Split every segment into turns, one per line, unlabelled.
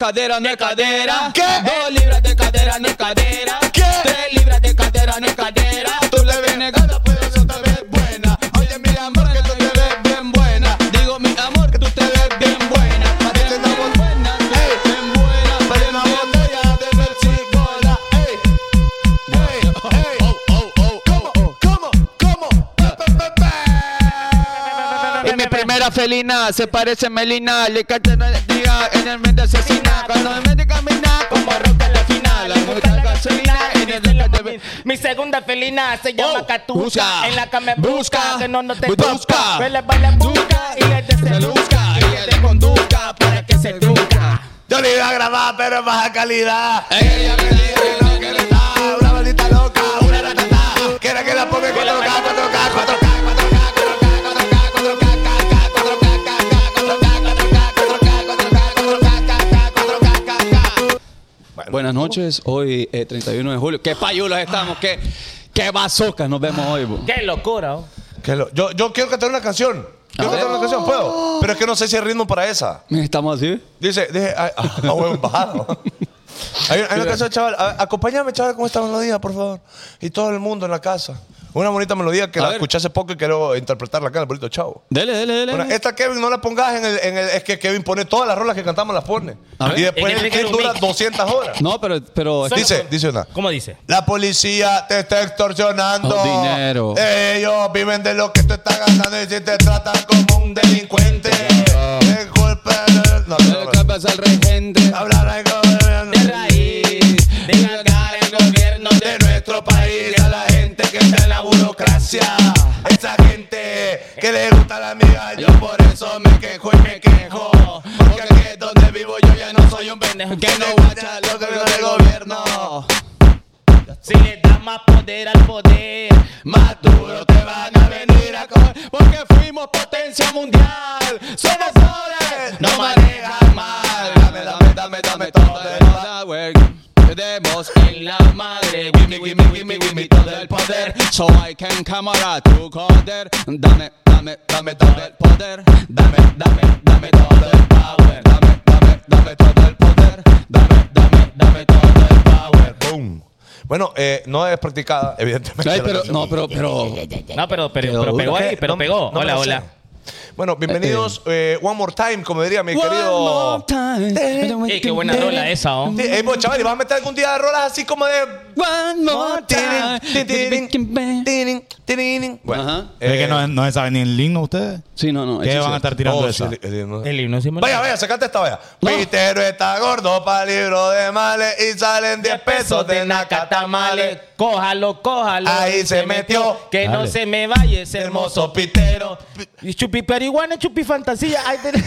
Cadera no es cadera.
¿Qué?
Dos libras de cadera no es cadera.
¿Qué?
Tres libras de cadera no es cadera.
Tú le ves negada, pero eso te ves buena. Oye, mi amor, que tú te ves bien buena.
Digo mi amor que tú te ves bien buena. Cadera
Esta
bien
voz-
buena, tú
Ey.
eres bien buena.
Pero una botella de versicola. Ey, Oh, ey, ey. ¿Cómo, cómo, cómo? Pe, pe, pe, pe.
Y mi primera felina se parece a Melina. Le canta no le diga en el mente asesina. Cuando me mete camina como roca en la final. La mujer gasolina en el dedo de
Mi- Mi segunda felina se llama
Oh,
Catuca.
busca,
en la que me
busca,
busca, que no, no te
busca,
toca. Me le vale busca y le
Conduzca
deseduzca
y le desconduzca para que se educa.
Yo le iba a grabar, pero es baja calidad.
Ella me dice
No, que le da Una maldita loca, una ratata. Quiere que la ponga en 4K, 4K, 4K, 4K, 4K, 4K, 4K, 4K, 4K, 4K, 4K, 4K, 4K, 4K, 4K, 4K.
Buenas noches, hoy eh, 31 de julio. Qué payulos estamos, qué, qué bazocas nos vemos hoy. bo.
Qué locura. oh.
Que lo- yo, yo quiero cantar una canción. Yo
A
cantar
ver.
una canción, puedo. Pero es que no sé si hay ritmo para esa.
Mira, Estamos así.
Dice, dice, ay, ah, ah, huevón, bajado. Hay, hay una canción, chaval. A- acompáñame, chaval, con esta melodía, por favor. Y todo el mundo en la casa. Una bonita melodía que
A
la
ver.
escuché hace poco y quiero interpretarla acá, el bonito chavo.
Dele, dele, dele.
Bueno, esta Kevin no la pongas en el, en el- Es que Kevin pone todas las rolas que cantamos, las pone.
A ver.
Y después
En el
el clip
micro
dura
mix.
200 horas.
no, pero, pero
Soy-
Dice, dice una.
¿Cómo dice?
La policía te está extorsionando.
Oh, dinero.
Ellos viven de lo que tú estás ganando y si te tratan como un delincuente. Te culpan- No, no,
el
no.
capas al regente.
Hablar algo
De raíz, de ganar el gobierno de
de nuestro país a la gente que está en la burocracia. Esa gente que le gusta la amiga, yo por eso me quejo y me quejo. Porque aquí es donde vivo yo ya no soy un pendejo que no guacha lo que viene del gobierno.
Si le da más poder al poder.
Más duro te van a venir a coger porque fuimos potencia mundial. Somos pobres, no manejan mal. Dame, dame, dame, dame todo el poder. Quedemos en la madre. Gimme, gimme, gimme, gimme todo el poder. So I can camera tu coder. Dame, dame, dame todo el poder. Dame, dame, dame todo el power. Dame, dame, dame todo el poder. Dame, dame, dame todo el power.
Boom. Bueno, eh, no es practicada, evidentemente.
Ay,
la
pero,
canción.
no, pero, pero.
No,
Quedó
pero, pero, pero pegó
¿Qué?
ahí, pero
No-
pegó.
no me
hola,
la sé.
hola.
Bueno, bienvenidos eh, One More Time, como diría mi querido.
One more time.
Ey, qué buena rola esa, oh.
Sí, eh, vos, chaval, ¿y vas a meter algún día de rolas así como de
One more time.
Bueno,
Ajá.
Es que
eh,
no, no se sabe ni el himno ustedes.
Sí, no, no.
¿Qué
eso
van a
sí.
estar tirando
oh,
esa?
sí, el himno.
El himno sí me lo-
Vaya, vaya, sacate esta, vaya.
No.
Pitero está gordo pa' libro de males y salen 10 pesos de nacatamales.
Cójalo, cójalo.
Ahí se metió.
Que no
Dale.
se me vaya ese
Hermoso
hermoso.
pitero.
Y chupi perihuana, chupi fantasía. Ahí tenés.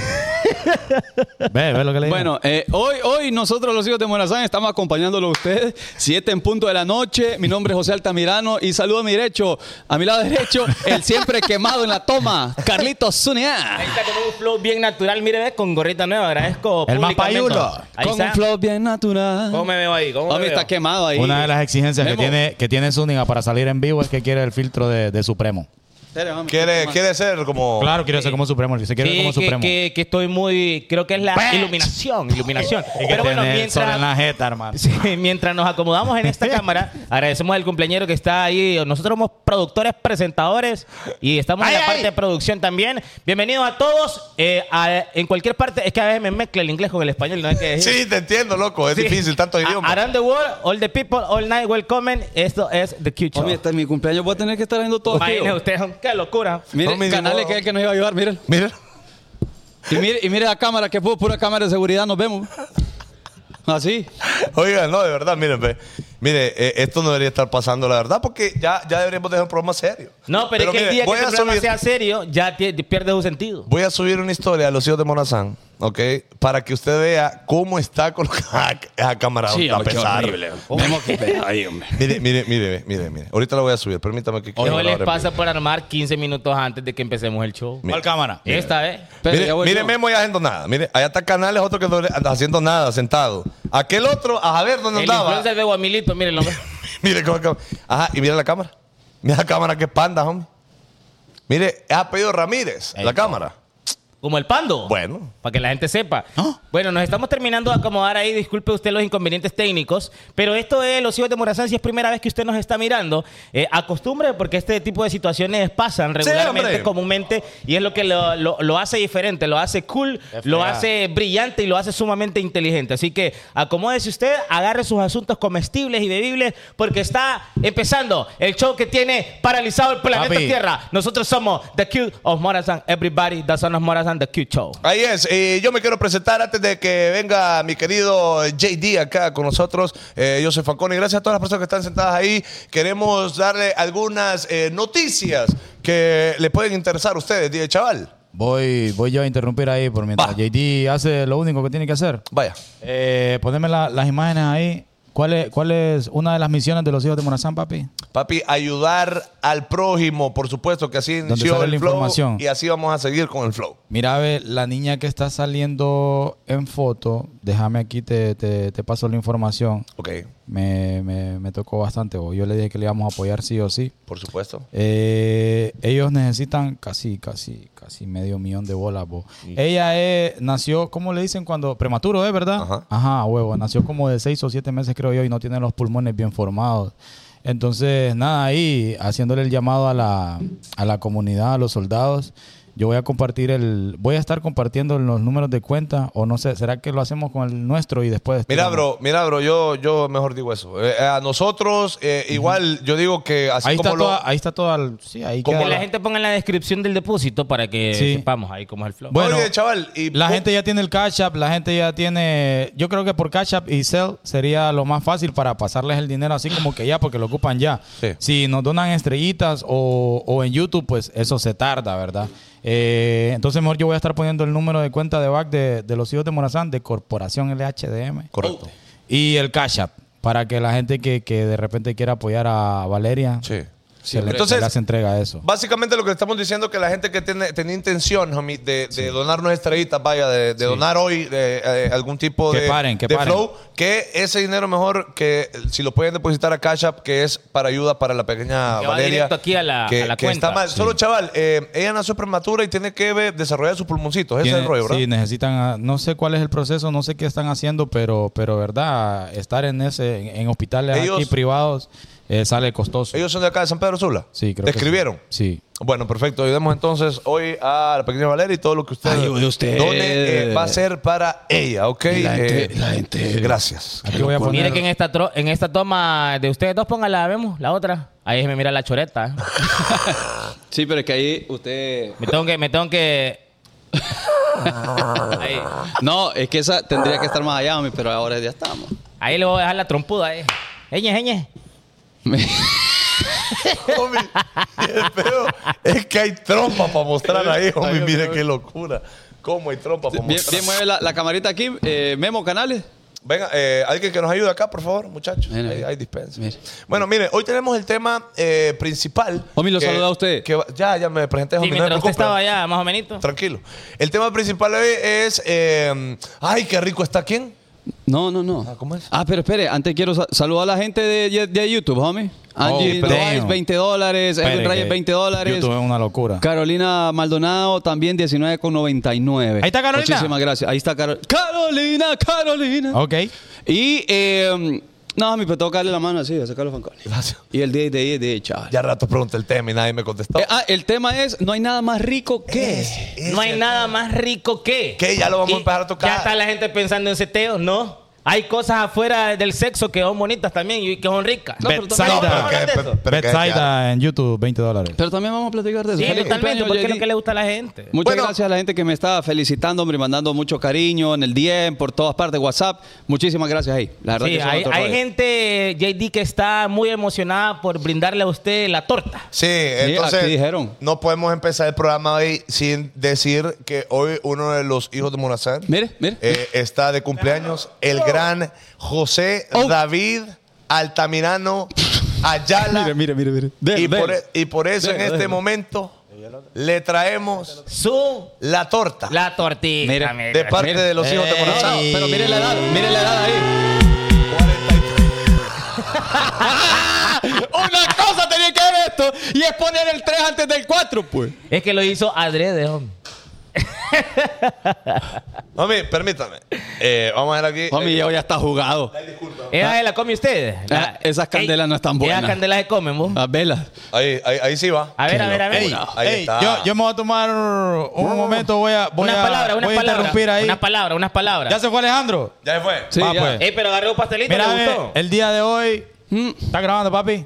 Ve, ve lo que le digo.
Bueno, eh, hoy, hoy nosotros los hijos de Morazán estamos acompañándolo a ustedes. Siete en punto de la noche. Mi nombre es José Altamirano y saludo a mi derecho, a mi lado derecho, el siempre quemado en la toma, Carlitos
Ahí
Zúñiga.
está con un flow bien natural. Mire, ve, con gorrita nueva. Agradezco.
El más
públicamente.
payulo.
Ahí
Con
está.
un flow bien natural.
¿Cómo me veo ahí? ¿Cómo me
Hombre,
veo?
está quemado ahí.
Una de las exigencias que
Memo.
tiene, que tiene Zúñiga para salir en vivo es que quiere el filtro de, de Supremo.
Espere, hombre,
Quiere,
toma.
quiere ser como.
Claro, quiere ser como Supremo. Se quiere
Sí,
ver
que,
como Supremo.
que- que estoy muy. Creo que es la
Bitch.
iluminación. Iluminación.
Y que
Pero bueno,
tiene el sol
mientras.
en la jeta, hermano.
Sí, mientras nos acomodamos en esta cámara, agradecemos al cumpleañero que está ahí. Nosotros somos productores, presentadores y estamos en
¡Ay,
la
ay!
parte de producción también. Bienvenidos a todos. eh, a- en cualquier parte, es que a veces me mezcla el inglés con el español, ¿no es que decir.
Sí, te entiendo, loco. Es
Sí. Ah,
difícil, tanto
A-
idioma.
Around the world, all the people, all night, welcome. Esto es The Q Show.
Hombre, este es mi cumpleaños. Voy a tener que estar viendo todo.
Imaginen
tío.
ustedes, qué locura.
Mire,
No, mi
canales
Dios.
que es el que nos iba a ayudar, miren.
Mira.
Y mire, y mire la cámara que puso, pura cámara de seguridad, nos vemos. ¿Ah, Así.
Oigan, no, de verdad, miren, ve. Mire, eh, esto no debería estar pasando, la verdad, porque ya, ya deberíamos dejar un programa serio.
No, pero, es que
mire,
el día que
voy
este
a
programa
subir-
sea serio, ya tie- pierde un sentido.
Voy a subir una historia a los hijos de Monazán, ¿ok? Para que usted vea cómo está con Ah, ah, camarada. a
hombre, qué
pesar.
horrible, hombre. Vemos que pe- ahí, hombre.
Mire, mire, mire, mire, mire. Ahorita la voy a subir. Permítame que
No
que la
les
hora,
pasa por armar 15 minutos antes de que empecemos el show.
¿Cuál cámara?
Esta ¿eh? vez.
Pero
mire,
ya volvió.
mire Memo ya haciendo nada. Mire, allá está Canales, otro que no le- anda haciendo nada, sentado. Aquel otro, a ver dónde
El
andaba.
influencer de Guamilito, mírenlo.
mire cómo cómo- Ajá, y mira la cámara. Mira la cámara que es panda, homie. Mire, es apellido Ramírez, la cámara.
Como el pando.
Bueno.
Para que la gente sepa.
Ah.
Bueno, nos estamos terminando de acomodar ahí. Disculpe usted los inconvenientes técnicos. Pero esto de los hijos de Morazán, si es primera vez que usted nos está mirando, eh, acostumbre porque este tipo de situaciones pasan regularmente,
hombre.
comúnmente. Y es lo que lo, lo- lo hace diferente, lo hace cool, lo hace brillante y lo hace sumamente inteligente. Así que acomódese usted, agarre sus asuntos comestibles y bebibles porque está empezando el show que tiene paralizado el planeta
Papi.
Tierra. Nosotros somos The Cute of Morazan. Everybody, that's on of Morazan, The Cute Show.
Ahí es, y yo me quiero presentar antes de que venga mi querido JD acá con nosotros, eh, yo soy Fanconi. Gracias a todas las personas que están sentadas ahí. Queremos darle algunas eh, noticias que le pueden interesar a ustedes, dije chaval.
Voy, voy yo a interrumpir ahí por mientras
Va.
JD hace lo único que tiene que hacer.
Vaya.
Eh, poneme la- las imágenes ahí. ¿Cuál es, ¿Cuál es una de las misiones de los hijos de Morazán, papi?
Papi, ayudar al prójimo, por supuesto, que así
¿Dónde
inició
sale
el
la
flow
información?
y así vamos a seguir con el flow.
Mira, ve, la niña que está saliendo en foto, déjame aquí, te, te- te paso la información.
Ok,
Me, me- me tocó bastante. bo. Yo le dije que le íbamos a apoyar sí o sí.
por supuesto.
Eh, ellos necesitan casi, casi, casi medio millón de bolas. bo. Ella eh, nació, ¿cómo le dicen cuando? Prematuro, ¿eh? ¿Verdad?
Ajá.
huevo. Nació como de seis o siete meses, creo yo, y no tiene los pulmones bien formados. Entonces, nada, ahí haciéndole el llamado a la, a la comunidad, a los soldados. Yo voy a compartir el. Voy a estar compartiendo los números de cuenta, o no sé, ¿será que lo hacemos con el nuestro y después.
Mira,
tiramos?
bro, mira, bro, yo, yo mejor digo eso. Eh, a nosotros, eh, igual, yo digo que así
Ahí
como
está,
lo.
toda, ahí está toda. el- Sí, ahí
Como
Que
queda
la
la-
gente ponga en la descripción del depósito para que
Sí.
sepamos ahí cómo es el flow.
Bueno,
Oye, chaval, y
La
pum-
gente ya tiene el Cash App, la gente ya tiene. Yo creo que por Cash App y Cell sería lo más fácil para pasarles el dinero así como que ya, porque lo ocupan ya.
Sí.
Si nos donan estrellitas o, o en YouTube, pues eso se tarda, ¿verdad? Eh, entonces, mejor yo voy a estar poniendo el número de cuenta de back de, de los hijos de Morazán, de Corporación LHDM,
Correcto.
y el Cash App, para que la gente que, que de repente quiera apoyar a Valeria,
Sí.
se, le,
Entonces-
se le hace entrega a eso.
Básicamente lo que estamos diciendo es que la gente que tiene, tenía intención, homie, de, de donarnos estrellitas, vaya, de, de donar hoy de, eh, algún tipo
Que
de,
paren, que
de
paren.
flow, que ese dinero mejor que eh, si lo pueden depositar a Cash App, que es para ayuda para la pequeña
Que va
Valeria.
directo aquí a la-
que,
a la
que está
cuenta.
mal. Solo chaval, eh, ella nació prematura y tiene que eh, desarrollar sus pulmoncitos. Ese es el
Tiene-
rollo, ¿verdad?
Sí, necesitan, a- no sé cuál es el proceso, no sé qué están haciendo, pero, pero verdad, estar en ese, en, en hospitales
Ellos-
aquí privados eh, sale costoso.
Ellos son de acá de San Pedro Sula.
sí, creo
¿Te
que sí.
escribieron?
Sí.
Bueno, perfecto. Ayudemos entonces hoy a la pequeña Valeria y todo lo que usted,
Ayude usted.
done, eh, va a ser para ella, ¿ok?
Y la gente-
Eh,
la gente-
Gracias.
Aquí voy a
Mire
poner.
que en esta, tro- en esta toma de ustedes dos, pongan la vemos, la otra. Ahí me mira la choreta. ¿eh?
Sí, pero es que ahí usted.
Me tengo que, me tengo que. Ahí.
No, es que esa tendría que estar más allá, homie, pero ahora ya estamos.
Ahí le voy a dejar la trompuda, eh. Eñe, eñe.
Homie, el pedo es que hay trompa para mostrar ahí, homie.
Ay,
Mire
ay,
qué locura. ¿Cómo hay trompa para
Bien,
mostrar?
bien mueve la, la camarita aquí. eh, Memo Canales.
Venga, eh, alguien que nos ayude acá, por favor, muchachos.
Mira,
Ahí,
mira.
ahí dispensa.
Mira.
Bueno, mire, hoy tenemos el tema eh, principal.
Homie, lo
que-
saluda a usted.
que va- ya, ya me presenté,
Sí,
homie. no me
mientras usted
preocupe.
estaba allá, más o menos.
Tranquilo. El tema principal hoy es. eh, ay, qué rico está quién.
No, no, no.
Ah, ¿cómo es?
Ah, pero espere, antes quiero sa- saludar a la gente de, de YouTube, homie. Angie
Oh, pero-
Reyes, 20 dólares. Edwin
Espere
Reyes,
que
20 dólares.
YouTube es una locura.
Carolina Maldonado también 19,99.
Ahí está Carolina.
Muchísimas gracias. Ahí está Carolina. Carolina, Carolina.
Ok.
Y, eh, no, mi, pero tengo que darle la mano así, a sacar los fancones.
Gracias.
Y el día de ahí es de chaval.
Ya rato pregunté el tema y nadie me contestó.
Eh, ah, el tema es, no hay nada más rico que...
Ese
No hay
es
nada más rico que.
Que ya lo vamos a
Y
empezar a tocar.
Ya está la gente pensando en seteo, no. Hay cosas afuera del sexo que son bonitas también y que son ricas.
No, pero
No,
Betsaida.
pero
Hablan de
que-
eso.
pero- pero que-
Betsaida en YouTube, 20 dólares.
Pero también vamos a platicar de eso.
Sí,
Feliz
totalmente,
cumpleaños,
porque es
JD.
lo que le gusta a la gente.
Muchas
Bueno.
gracias a la gente que me está felicitando, me mandando mucho cariño en el DM, por todas partes, WhatsApp. Muchísimas gracias ahí. La verdad
Sí,
que son
hay,
otro
hay
rollo.
gente, JD, que está muy emocionada por brindarle a usted la torta.
Sí, entonces
aquí dijeron.
no podemos empezar el programa hoy sin decir que hoy uno de los hijos de Morazán
Mire, mire.
eh, está de cumpleaños, el gran José
Oh.
David Altamirano Ayala.
Mire, mire, mire, mire. Ven,
y,
ven.
por, e- y por eso en
Ven,
este
ven.
momento le traemos
Su
la torta
la tortita.
Mira,
amigo.
de parte
mira.
de los hijos de
Pero,
Morazán.
pero mire la edad, mire la edad ahí. Una cosa tenía que ver esto y es poner el 3 antes del 4, pues.
Es que lo hizo adrede, hombre.
Mami, permítame. Eh, vamos a ver aquí. eh,
Homie, yo ya está jugado.
¿Esa se la come usted?
Ah, esas candelas no están buenas. Ah,
Esas candelas se comen, vos.
Las velas.
Ahí, ahí, ahí sí va.
A ver, a ver, a ver.
Ey,
Ahí
ey,
está.
yo, yo me voy a tomar un momento, voy a, voy
unas
a-
palabras, unas
voy a
palabras.
interrumpir ahí.
Unas palabras, unas palabras.
¿Ya se fue Alejandro?
Ya se fue.
Sí,
Va,
ya.
pues.
Ey, pero agarré un pastelito,
Mira,
¿le
eh,
gustó?
el día de hoy...
Mm,
¿Está grabando, papi?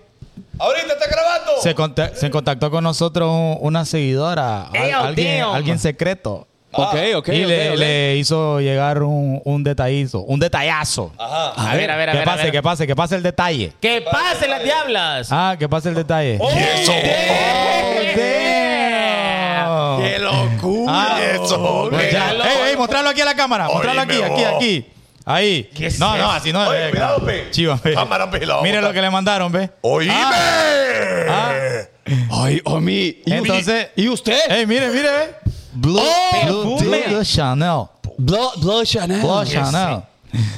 Ahorita está grabando.
Se, conta- se contactó con nosotros un- una seguidora, al-
Ey, oh,
alguien,
damn.
alguien secreto.
Ah,
Ok, ok.
y
ok,
le,
ok.
le hizo llegar un, un detallito, un detallazo.
Ajá.
A ver, a ver, a
que
ver. a
pase,
ver.
que pase, que pase el detalle.
¡Que pase las diablas!
Ah, que pase el detalle. Oh,
¡Oh, damn!
damn.
¡Qué locura!
Ah,
eso,
Pues ya.
Míralo.
Ey, ey, mostrarlo aquí a la cámara. Mostrarlo aquí,
Oíme
aquí,
vos.
aquí. Ahí.
¿Qué es
No,
eso?
no, así no.
Oye,
eh,
cuidado,
claro.
pe.
Chiva, pe.
Cámara, pe, la
Mire
otra.
lo que le Ah. mandaron, ve.
¡Oíme!
Ay, homie. Y- eh.
Entonces-
¿Y usted?
Ey, mire, mire, ve. Blue, Blue,
perfume.
Blue Chanel.
Blood, Blood Chanel.
Blue Chanel.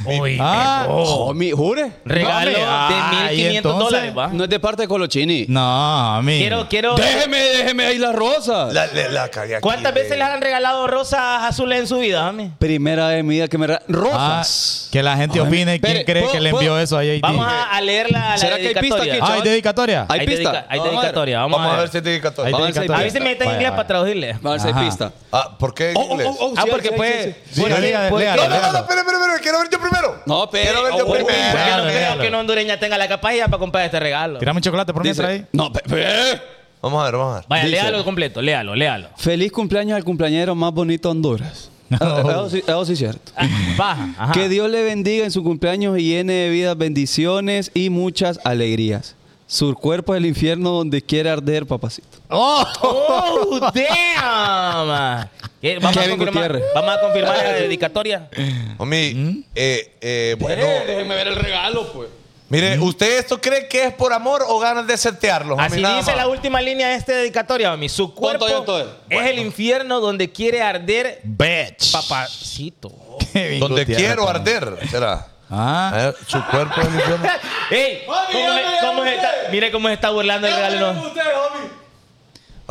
Uy,
Ah.
me voy.
Homie, jure.
regalo
Ah,
de
¿y
1500
entonces? mm.
dólares, va.
No es de parte de Colochini.
No, a mí.
Quiero, quiero.
Déjeme, déjeme ahí las rosas.
La, la, la cagué aquí,
¿Cuántas
ve.
veces les han regalado rosas azules en su vida, mami?
Primera vez en mi vida que me... ra-
Ah,
Rosas.
que la gente
Ay,
opine quién
espere,
cree
¿puedo-
que le envió
puedo?
eso a JD.
Vamos a, a leer la, la
¿Será que hay pista
dedicatoria.
que-
Ah, ¿hay dedicatoria?
Ay, hay pista.
dedica-
Vamos
hay
a ver.
dedicatoria. Vamos,
Vamos a ver si te diga todo.
Ahí
Vamos a ver si hay
dedicatoria.
A ver si me está en
Vaya,
inglés
vaya.
para traducirle.
Vamos a ver si
Ajá.
hay pista.
Ah, ¿por qué en
Oh,
inglés?
Ah,
sí,
porque
sí,
pues.
sí, sí.
Sí,
porque-
léala,
porque-
No,
léala,
no, no,
léala.
no, espera, espera, espera, quiero ver yo primero.
No, pero-
Quiero ver yo
oh, oh,
primero.
Porque no
Léalo,
creo
léalo.
que un hondureña tenga la capacidad para comprar este regalo.
Tirame un chocolate por
Dice-
mientras ahí.
No, pe- pe- ¿eh?".
Vamos a ver, vamos a ver.
Vaya,
Dice-
léalo completo, léalo, léalo.
Feliz cumpleaños al cumpleañero más bonito de Honduras. Ah, Eso, sí, eso sí es cierto.
Ah, Baja, ajá.
Que Dios le bendiga en su cumpleaños y llene de vidas, bendiciones y muchas alegrías. Su cuerpo es el infierno donde quiere arder, papacito.
¡Oh, damn! ¿Qué? Vamos, a
Kevin
confirmar,
Gutiérrez.
vamos a confirmar la dedicatoria.
Homie,
Mm.
eh, eh, bueno,
déjeme ver el regalo, pues.
mire, ¿usted esto cree que es por amor o ganas de setearlo? homie?
Así
Nada
dice
más.
la última línea de esta dedicatoria, mami. Su cuerpo
todo, todo.
es el infierno donde quiere arder
Bitch.
papacito.
Kevin
Donde
Gutiérrez.
quiero arder, Eh, será.
Ah.
A ver, su cuerpo es mi infierno.
¡Ey! ¿Cómo se, cómo se está, mire cómo se está burlando el regalo. no.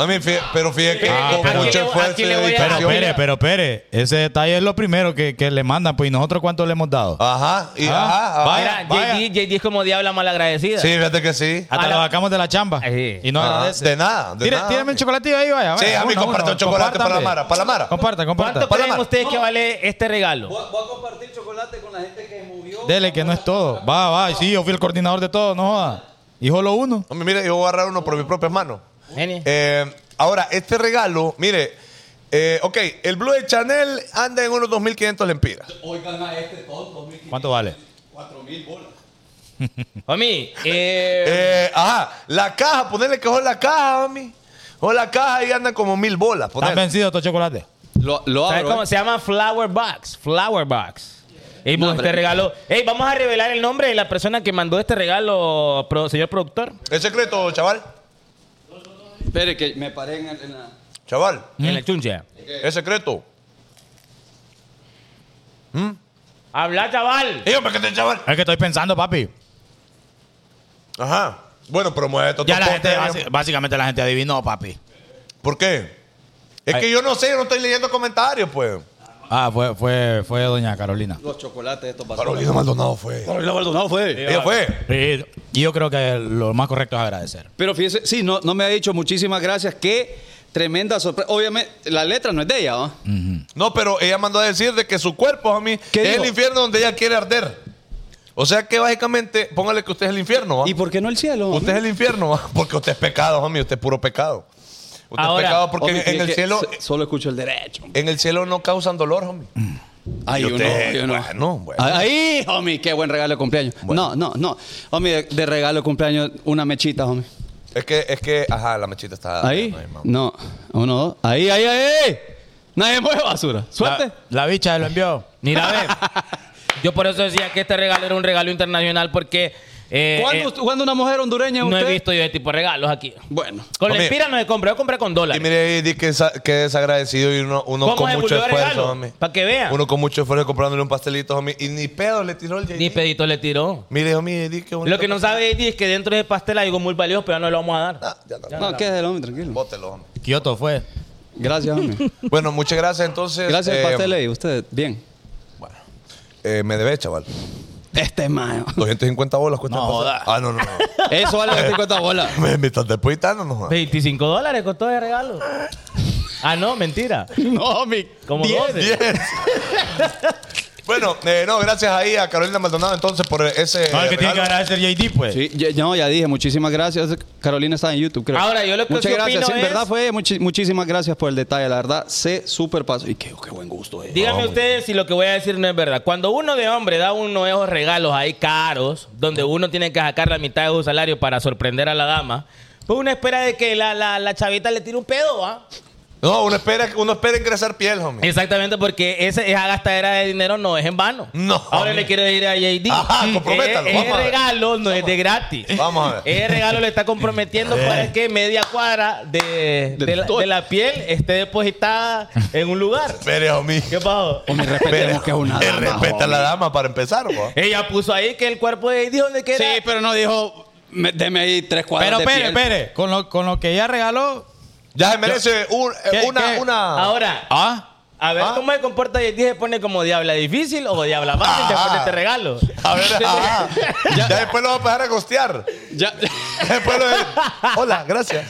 Homie, fí- pero fíjate que
Ah,
con
pero-
mucho
aquí le-
esfuerzo
aquí
y
le voy a-
Pero
Ah,
dedicación.
mira.
espere, pero espere. Ese detalle es lo primero que, que le mandan. Pues, ¿y nosotros cuánto le hemos dado?
Ajá, y
Ah,
ajá, ajá.
vaya.
Mira, JD, JD es como diabla malagradecida.
Sí, fíjate que sí.
Hasta
a
lo
la-
sacamos de la chamba.
Ajá.
Y Ah, no
Ajá,
agradece.
Ah, de nada, de
Tire-
nada,
tíreme
hombre.
un chocolatito ahí, vaya.
Sí,
vaya.
a mí
Uno,
comparte
uno.
un chocolate para la
Compartan,
Mara, para la Mara.
Compartan, compartan.
¿Cuánto creen
Paloma.
ustedes que vale este regalo?
Voy a compartir chocolate con la gente que movió.
Dele, que no es todo. Va, va. Sí, yo fui el coordinador de todo, no joda. Y solo uno.
Homie, mire, yo voy a agarrar uno por mis propias manos.
Geni.
Eh, ahora, este regalo, mire, eh, ok, el Blue de Chanel anda en unos 2.500 lempiras.
Oigan a este tonto,
¿Cuánto vale?
4000 bolas.
Homie, eh,
Eh, ajá, la caja, ponerle que es la caja, mami. O la caja y anda como mil bolas.
¿Están
ponele.
vencidos estos chocolates?
Lo, lo
¿sabes
abro. ¿eh?
cómo? Se llama Flower Box. Flower Box. Ey, pues, este
hombre.
regalo. Ey, vamos a revelar el nombre de la persona que mandó este regalo, pro- señor productor.
Es secreto, chaval.
Espere, que me paré en, el- en la.
Chaval,
En la chuncha.
es secreto.
Habla, chaval.
Dígame que te chaval.
Es que estoy pensando, papi.
Ajá. Bueno, pero mueve esto.
Ya la
topote,
gente,
bien.
basi- básicamente la gente adivinó, papi.
¿Por qué? Es
Ay.
que yo no sé, yo no estoy leyendo comentarios, pues.
Ah, fue, fue, fue doña Carolina.
Los chocolates estos
Carolina Maldonado fue.
Carolina Maldonado fue.
Ella fue.
Y y yo creo que lo más correcto es agradecer.
Pero fíjese, sí, no, no me ha dicho muchísimas gracias. Qué tremenda sorpresa. Obviamente, la letra no es de ella, ¿no?
No, pero ella mandó a decir de que su cuerpo, homie, es
¿Qué dijo?
el infierno donde ella quiere arder. O sea que básicamente, póngale que usted es el infierno, ¿va?
¿Y por qué no el cielo?
Usted es el infierno, ¿va? Porque usted es pecado, homie, usted es puro pecado. Usted
Ahora,
es pecado porque
Homie,
en
es
el
que
cielo,
so- Solo escucho el derecho.
en el cielo no causan dolor, homie.
Ay,
Yo
yo no,
te-
yo no.
bueno, bueno.
Ay, homie, qué buen regalo de cumpleaños. No, no, no. Homie, de, de regalo de cumpleaños, una mechita, homie.
Es que, es que, ajá, la mechita está.
Ahí.
mamá.
No. Uno, dos. Ahí, ahí, ahí. Nadie mueve basura. Suerte.
La,
eh,
la bicha lo envió.
Mira, ve. Yo por eso decía que este regalo era un regalo internacional porque eh,
¿Cuándo,
eh,
usted- cuándo una mujer hondureña
no
usted?
he visto yo ese tipo de regalos aquí.
Bueno.
Con la
Homie.
espira no se compra, yo compré con
Y
dólares.
mire, ahí, di que, esa- que desagradecido y uno, uno
¿Cómo
con
se
mucho
volvió
esfuerzo,
regalo?
homie.
Pa' que vean.
Uno con mucho esfuerzo comprándole un pastelito, homie. Y ni pedo le tiró el JD.
Ni pedito le tiró.
Mire, homie, di que bonito
Lo que no sabe JD es que dentro de ese pastel hay algo muy valioso, pero no lo vamos a dar.
pastel. Ah, ya no.
No, quédese el hombre, tranquilo.
Bótelo, homie.
Kioto fue.
Gracias, hombre.
Bueno, muchas gracias entonces.
Gracias,
Eh,
Pasteley. Usted, bien.
Bueno, eh, me debes, chaval.
Este es mayo.
250 bolas cuesta.
No
el
joda.
pastel. Ah, no, no, no.
Eso vale 50 bolas.
me, me estás depositando, no. joda.
25 dólares con todo el regalo. Ah, no, mentira.
No, mi.
Como
Diez,
12.
Yes. bueno, eh, no, gracias ahí a Carolina Maldonado entonces por ese.
No, el que tiene que
regalo.
agradecer JD, pues.
Sí, ya, no, ya dije, muchísimas gracias. Carolina está en YouTube, creo.
Ahora, yo lo que
Muchas
sí
gracias,
opino
sí, en
es-
verdad fue muchi- muchísimas gracias por el detalle, la verdad, se super pasó. Y qué, qué buen gusto. eh.
Díganme ustedes si lo que voy a decir no es verdad. Cuando uno de hombre da uno de esos regalos ahí caros, donde uno tiene que sacar la mitad de su salario para sorprender a la dama, pues uno espera de que la, la, la chavita le tire un pedo, ¿ah?
No, uno espera, uno espera ingresar piel, homie.
Exactamente, porque esa, esa gastadera de dinero no es en vano.
No.
Ahora le quiero decir a JD.
Ajá,
mm,
comprométalo,
ese-
vamos a
ese
ver.
regalo no es de gratis.
Vamos a ver.
Ese regalo le está comprometiendo para que media cuadra de, de la, de la piel esté depositada en un lugar.
Espere, homie.
¿Qué pasó?
Homie, respetemos que es una
Eh,
dama,
Respeta a la
homie.
dama para empezar, ¿no?
Ella puso ahí que el cuerpo de JD donde queda.
Sí, pero no dijo, "Me- deme ahí tres cuadras
Pero
de
espere,
piel".
espere. Con lo, con lo que ella regaló.
Ya se merece un- eh,
¿Qué,
una,
qué?
una.
Ahora,
Ah.
a ver
Ah.
cómo se comporta JD. ¿Se pone como diabla difícil o diabla fácil
Ajá.
después de este regalo?
A ver, ajá. ya. después lo va a empezar a costear.
Ya.
Después lo Hola, gracias.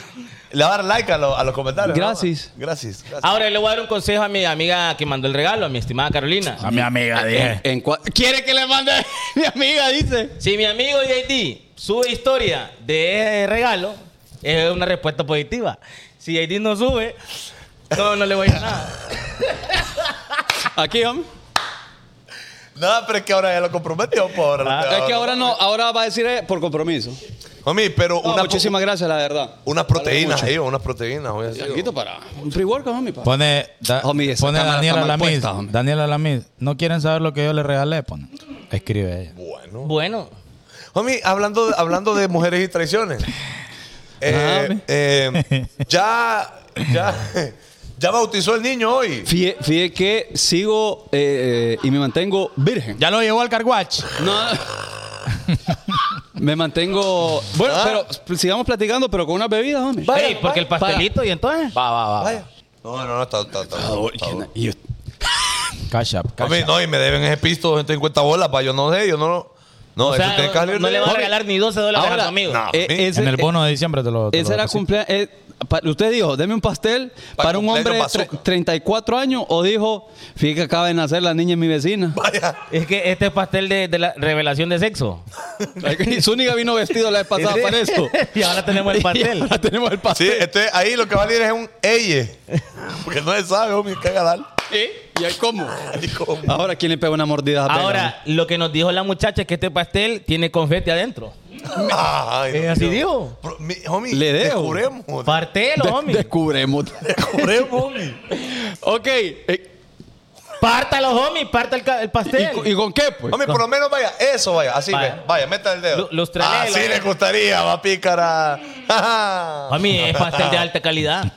Le va a dar like a, lo- a los comentarios. ¿no?
Gracias.
Gracias. gracias.
Ahora le voy a dar un consejo a mi amiga que mandó el regalo, a mi estimada Carolina.
A eh, mi amiga, dije.
En cua- ¿Quiere que le mande mi amiga? Dice.
Si mi amigo JD sube historia de ese regalo, es una respuesta positiva. Si JD no sube, no, no le voy a dar nada.
Aquí, hombre.
No, pero es que ahora ya lo comprometió, pobre.
es que ahora no, ahora va a decir eh, por compromiso.
Homie, pero
No,
una,
muchísimas gracias, la verdad.
unas proteínas ahí, unas proteínas. voy a decir.
Quito para un free workout, homie, pa.
Pone, da-
Homie, Oh, esa
pone
cámara
Daniela
está mal
Lamis.
puesta, homie.
Daniela Lamis. ¿No quieren saber lo que yo le regalé? Pone. Escribe ella.
Bueno.
Bueno,
Homie, hablando, de- hablando de mujeres y traiciones.
Ah,
Eh,
homie.
eh, ya, ya, ya bautizó el niño hoy.
Fíe, fíe que sigo eh, eh, y me mantengo virgen.
Ya lo llevó al carguach.
No. me mantengo. Bueno,
Ah.
pero sigamos platicando, pero con unas bebidas, homie.
Ey, porque el pastelito y entonces.
Va, va, va.
Vaya. No, no, no, está, está, está.
Ah, oye,
está-
¿quién- y-
Cash up, cash
Homie,
up.
no, y me deben ese pisto 250 bolas, pa, yo no sé, yo no. No,
O
eso
sea,
tiene que salir
no, no le va a
Homie,
regalar ni 12 dólares a
Ahora,
tu amigo.
no.
eh,
mí.
ese-
En el bono de diciembre te lo. te
Ese
lo
era
deposito.
cumpleaños. usted dijo, deme un pastel
Pa'
para un hombre de
cumpleaños
tre-
bazooka.
34 años. O dijo, fíjate que acaba de nacer la niña en mi vecina.
Vaya.
Es que este es pastel de, de la revelación de sexo.
Y Zúñiga vino vestido la vez pasada para eso. Ah,
y ahora tenemos el
Y
pastel.
ahora tenemos el
Sí,
pastel.
entonces ahí lo que va a salir es un elle. Porque no se sabe, homie, qué ganar.
¿Eh? ¿Y ahí cómo?
Ay, cómo.
Ahora, ¿quién le pega una mordida a Pega,
Ahora, lo que nos dijo la muchacha es que este pastel tiene confeti adentro.
Ay,
Es
no
así
quiero.
digo.
Pro- mi- homie,
Le dejo.
descubremos.
Partelo,
hombre?
homie.
De- descubremos.
Descubremos, homie.
ok. eh,
Pártalo, homie. Parta el, ca- el
¿y,
pastel.
con- y con qué, pues?
Homie, por lo menos vaya, eso vaya, así
Vaya.
ve, vaya, meta el dedo.
Lu- lustrale,
Así
lo-
le gustaría, va pícara.
A
ah,
mí es pastel de alta calidad.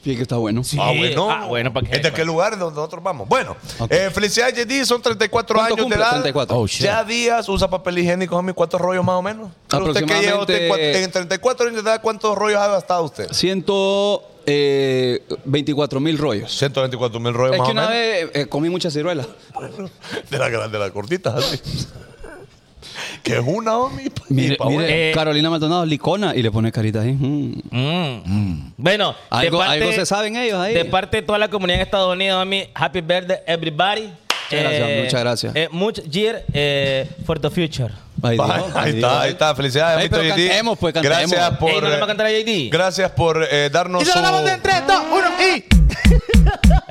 Fíjate que está bueno.
bueno.
Ah, bueno, para que
¿Este es qué lugar donde nosotros vamos? Bueno, eh, felicidades, JD, son 34
¿Cuánto
años
cumple?
de edad.
34.
Oh, shit.
Ya días usa papel higiénico, homie, ¿cuántos rollos más o menos? Pero ¿Usted que lleva usted
Aproximadamente-
cua- en 34 años de edad cuántos rollos ha gastado usted?
124 eh, mil rollos.
124 mil rollos
Es
más
que
o
una
menos.
vez eh, comí muchas ciruelas.
De la grande, de la cortita, así. que es una, homie. pa- y
Mire,
pa'
mire,
bueno. Eh,
Carolina Maldonado, licona, y le pone carita ahí. Mm.
Mm. Bueno,
Algo- algo se saben ellos ahí.
De parte de toda la comunidad en Estados Unidos, a mí, happy birthday, everybody. Muchas
gracias, muchas gracias.
Eh, much year eh, for the future.
Ahí,
Pa-
dijo,
ahí
dijo.
está, ahí está. Felicidades,
Ey, pero
Mr. JD.
cantemos, pues, cantemos.
Gracias por,
Ey, ¿no le va a
eh,
cantar a JD?
gracias por eh, darnos su...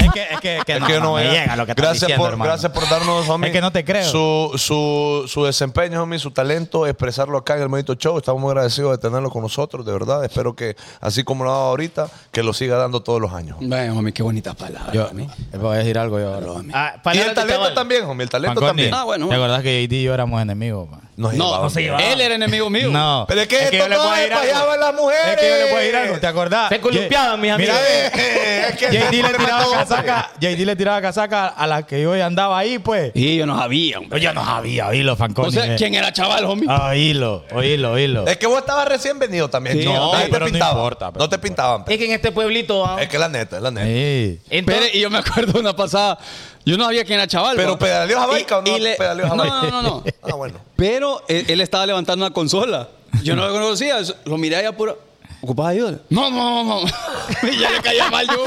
Es que, es que, que
Es
no,
que
no
no
me
vea.
llega lo que estás
gracias
diciendo,
por,
hermano.
Gracias por darnos, homie,
Es que no te creo.
Su, su, su desempeño, homie, su talento, expresarlo acá en el Monito Show. Estamos muy agradecidos de tenerlo con nosotros, de verdad. Espero que, así como lo ha dado ahorita, que lo siga dando todos los años.
Ven, homie, qué bonita palabra.
Yo,
homie.
voy a decir algo yo ahora.
Homie.
Ah,
Y
palabras
el
de
talento
chaval.
también, ¡Eh! homie, el talento
Fanconi,
también.
Ah, bueno.
¿Te acordás que JD y yo éramos enemigos? pa?
No, se llevaban
se
bien.
llevaba.
Él era enemigo mío.
No.
Pero es que
yo
estos
le puedo
maes
decir algo.
payaban las mujeres.
Es que yo le puedo decir algo, ¿te acordás?
Se columpiaban, mis
Mira,
amigos.
ve,
Eh, es que
JD
ese
le
problema
tiraba
todo,
casaca, JD le tiraba casaca a la que yo andaba ahí, pues.
Y yo no sabía, hombre.
Yo no sabía, oílo, Fanconi.
O sea,
eh.
¿quién era chaval, homie?
Ah, oílo, oílo, oílo.
Es que vos estabas recién venido también.
Sí,
chico.
no,
Nadie
pero
te
no
pintaban.
importa, eh, pero
no te
no
pintaban. pe.
Es que en este pueblito. ah,
Es que la neta, es la neta.
Sí.
entonces-
Pere, y yo me acuerdo una pasada. Yo no sabía quién era chaval.
Pero
¿va?
pedaleó Jamaica o
Y-
no
y le-
pedaleó
No,
Jamaica.
no, no, no.
Ah, bueno.
Pero él, él estaba levantando una consola. Yo no lo conocía. Lo miré allá puro. ¿Ocupas ayuda? No, no, no, no. Y ya le caía mal yo.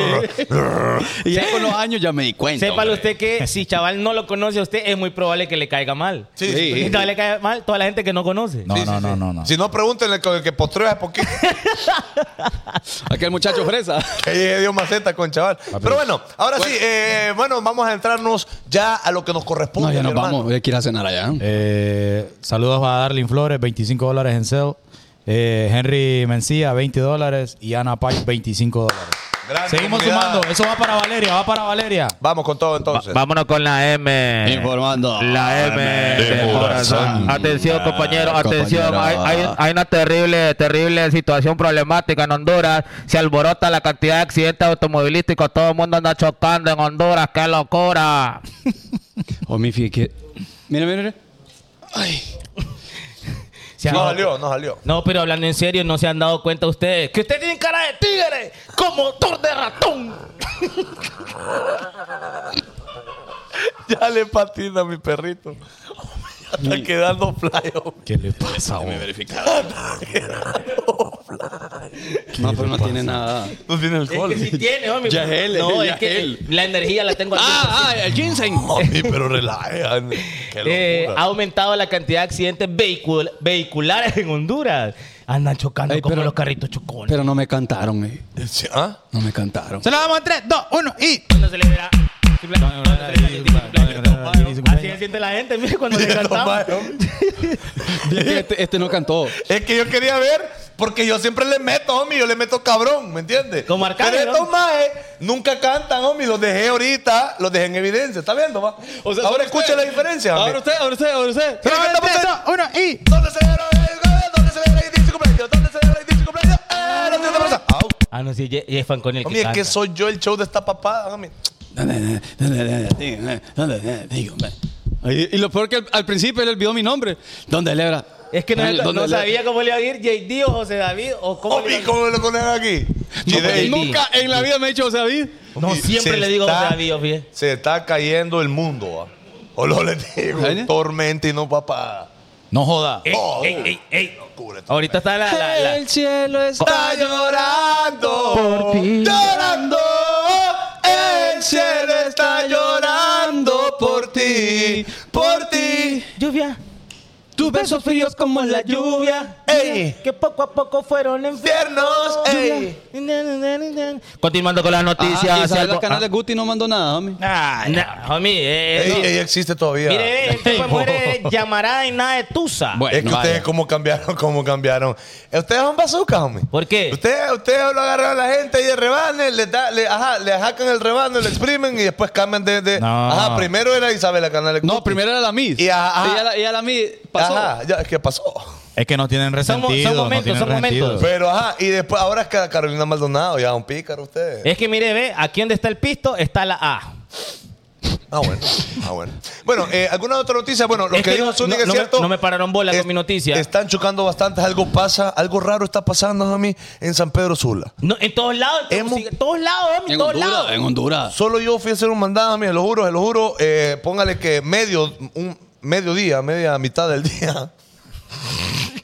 y ya con los años ya me di cuenta.
Sépalo
hombre.
usted que si chaval no lo conoce a usted, es muy probable que le caiga mal.
Sí,
Sí.
sí.
Y todavía le cae mal toda la gente que no conoce.
No,
Sí, sí,
no,
sí.
no, no, no.
Si no, pregúntenle con el que postreó hace poquito.
Aquel muchacho fresa.
que llegue dio maceta con chaval. Pero bueno, ahora sí, eh, bueno, vamos a entrarnos ya a lo que nos corresponde.
No, ya
mi
nos
hermano.
vamos. Hay que ir a cenar allá.
Eh, saludos a Darlin Flores, 25 dólares en sale. Eh, Henry Mencía, 20 dólares. Y Ana Pike, 25 dólares.
Gran
Seguimos
comunidad.
sumando. Eso va para Valeria, va para Valeria.
Vamos con todo entonces.
Vámonos con la M.
Informando.
La M
Eh, De
de corazón.
corazón.
Atención, compañero, atención.
Compañero.
Hay, hay- hay una terrible, terrible situación problemática en Honduras. Se alborota la cantidad de accidentes automovilísticos. Todo el mundo anda chocando en Honduras. ¡Qué locura!
Homie, fíjate Oh, que. Mira, mira, mira. Ay.
Se han-
No salió, no salió.
No, pero hablando en serio, no se han dado cuenta ustedes que ustedes tienen cara de tigre con motor de ratón.
Ya le patina a mi perrito. Está quedando playo.
¿Qué le pasa,
No, pero no tiene nada.
No tiene alcohol.
Sí tiene, hombre.
Ya es él,
No,
ya
es que
es él.
la energía la tengo al
Ah, ah, el ginseng.
Mami, pero relaja. Qué
100%. Eh,
locura.
ha aumentado la cantidad de accidentes vehicul- vehiculares en Honduras. Andan chocando
Ey,
como
pero-
los carritos chocones.
Pero no me cantaron, eh.
Sí, ¿Ah?
No me cantaron.
Se la damos en 3, 2, 1 y.
Cuando se le verá. Así se siente la gente, mire cuando le
No,
cantamos.
mayo.
Este, este no cantó.
Es que yo quería ver, porque yo siempre le meto, homie, yo le meto cabrón, ¿me entiendes?
Como Arcade,
Pero
¿no?
estos maes nunca cantan, homie, los dejé ahorita, los dejé en evidencia, ¿está viendo, va? ahora
¿son
escucha
ustedes?
la diferencia, homie.
Ahora usted, ahora usted, ahora usted.
Mira,
Se la damos en
cantamos
3,
usted.
2, 1 y.
¿Dónde celebra el- dónde celebra el 15 cumpleaños? ¿Dónde celebra el 15 cumpleaños? ¡Eh, la tienda rosa! Au.
Ah, no, sí, ye- ye es Fanconi el que
Homie, es que
canta.
soy yo el show de esta papada, homie.
Ahí- Y lo peor que al, al principio él olvidó mi nombre. ¿Dónde Lebra?
Es que no,
Ay,
no
¿dónde Lebra?
sabía cómo le iba a ir JD o José David o cómo. le iba a
Homie,
ir.
¿cómo lo ponen aquí?
No,
Chide-
porque
JD.
nunca en la vida me he hecho David.
No,
Homie,
siempre
Pues se
le digo
está-
José David, fíjate.
Se está cayendo el mundo, va. O lo le digo,
¿Vale?
tormenta y no papada.
No joda.
Ey,
Oh,
ey, ey, ey.
Locura, esto.
Ahorita está la. la, la-
cielo
está llorando por ti. Llorando. El cielo está llorando por ti. Por ti.
Lluvia,
Tus besos fríos como
la lluvia.
Ey.
Que poco a poco fueron en
Tiernos. Ey.
Continuando con las noticias.
Ajá,
se
Isabela
albo-
Canales Guti no mandó nada, homie.
Ah, Nah, homie, eh,
Ey,
no.
ella existe todavía.
Mire, este el tipo de mujeres llamará y nada de Tusa.
Bueno.
es que ustedes
vaya.
cómo cambiaron, cómo cambiaron. Ustedes son bazookas, homie.
¿Por qué?
Ustedes, ustedes lo agarran a la gente y de rebane, les da, le, ajá, le jacan el rebane, lo exprimen y después cambian de... de-
No.
Ajá, primero era Isabela Canales.
No,
Guti.
primero era la Miss.
Y ajá, ajá.
ella, la, ella la Miss pasó.
Ajá, ya, ¿qué pasó?
Es que no tienen
Somos-
resentido.
son
no
momentos,
tienen
son
resentido.
momentos.
Pero ajá, y después, ahora es que Carolina Maldonado, ya un pícaro ustedes.
Es que mire, ve, aquí donde está el pisto está la A.
Ah, bueno. Ah, bueno. Bueno, eh, ¿alguna otra noticia? Bueno, lo
Es
que
que
dijo
no-
Zúñiga
no-
es
no me-
cierto.
no me pararon bola con
Es-
mi noticia.
Están chocando bastante, algo pasa, algo raro está pasando a mí en San Pedro Sula.
No, en todos lados, en
Hemos-
Tegucigalpa, todos lados, homie,
En
todos
Honduras,
lados.
en Honduras.
Solo yo fui a hacer un mandado, mí, se lo juro, se lo juro. Eh, póngale que medio, un mediodía, media mitad del día.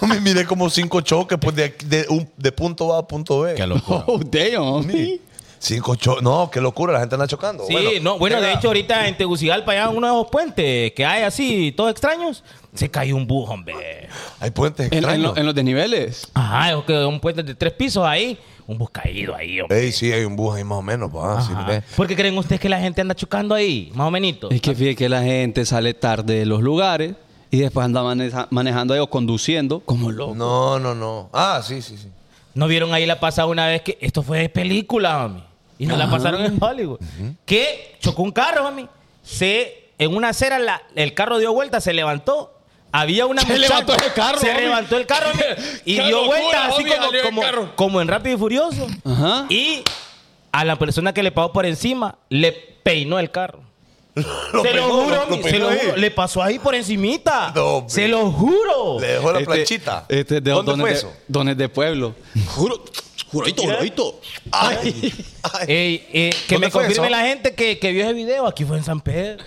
Me miré como cinco choques pues, de, de un- de punto A a punto B.
Qué locura.
Oh, damn, homie.
Cinco choques. No, qué locura, la gente anda chocando.
Sí, no, bueno, de
era-
hecho, ahorita en Tegucigalpa, allá en uno de los puentes que hay así, todos extraños, se cayó un bus, hombre.
Hay puentes
En, en
extraños.
lo- en los desniveles.
Ajá, es que un puente de tres pisos ahí, un bus caído ahí, hombre.
Ey, sí, hay un bus ahí más o menos, pues, ah, sí,
Ajá.
ve.
¿Por qué creen ustedes que la gente anda chocando ahí? Más o menos.
Es que fíjate que la gente sale tarde de los lugares y después anda maneja- manejando ahí o conduciendo como loco.
No, no, no. Ah, sí, sí, sí.
¿No vieron ahí la pasada una vez que esto fue de película, mami? Y nos la pasaron en Hollywood. Que chocó un carro, mami. Se en una acera la- el carro dio vuelta, se levantó. Había una
Se levantó el carro,
Se
hombre.
levantó el carro y
Qué
dio
locura,
vuelta así
homie,
como,
salió el
como-
carro.
como en Rápido y Furioso.
Ajá.
Y a la persona que le pagó por encima le peinó el carro. se lo
pegó,
juro,
lo-
homie,
lo
se
pegó
lo
ahí.
juro. Le pasó ahí por encimita.
No, hombre.
se lo juro.
Le dejó la
Este-
planchita.
Este es de
¿Dónde
dones
fue
de-
eso?
dones de pueblo.
Juro, juradito, juradito.
Ay, ay.
Ey, eh, que
¿Dónde
me
fue
confirme
eso?
la gente que, que vio ese video. Aquí fue en San Pedro.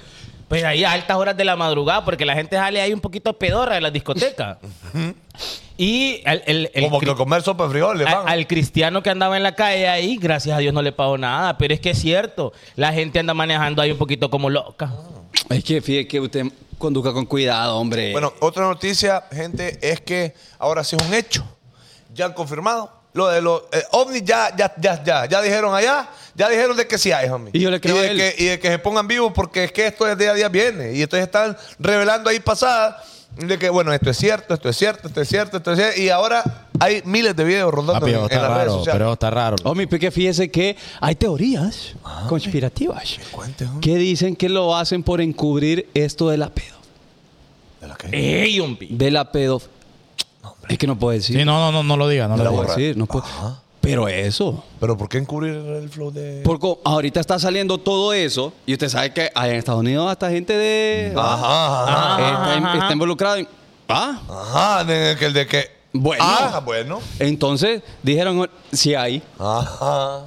Pues ahí a altas horas de la madrugada, porque la gente sale ahí un poquito pedorra de las discotecas. y el, el- el
Como
cri-
que comer sopa de frijoles,
a-
van.
al cristiano que andaba en la calle ahí, gracias a Dios no le pagó nada. Pero es que es cierto, la gente anda manejando ahí un poquito como loca.
Ah.
Es que fíjate que usted conduzca con cuidado, hombre.
Bueno, otra noticia, gente, es que ahora sí es un hecho. Ya han confirmado. Lo de los eh, ovnis ya, ya, ya, ya, ya dijeron allá, ya dijeron de que sí hay, homie.
Y yo le creo
de
a él.
Que, y de que se pongan vivos porque es que esto es día a día viene. Y entonces están revelando ahí pasadas de que, bueno, esto es cierto, esto es cierto, esto es cierto, esto es cierto. Y ahora hay miles de videos rondando
Papi,
en,
eso
en
está
las redes
raro,
sociales.
pero eso está raro.
Homie, porque fíjese que hay teorías
Ah.
conspirativas
cuente, homie.
que dicen que lo hacen por encubrir esto de la pedo.
¿De la que?
Ey, hombre.
De la pedo. Es que no puedo decir.
Sí, no, no, no, no lo diga,
no
no lo
lo
diga.
puedo decir. No puedo. Pero eso.
Pero ¿por qué encubrir el flow de...?
Porque ahorita está saliendo todo eso y usted sabe que allá en Estados Unidos hasta gente de...
Ajá, ajá,
Ah, está,
ajá, ajá.
está involucrada en... Ah,
ajá, de que el de que...
Bueno.
Ah, bueno.
entonces dijeron, si hay.
Ajá.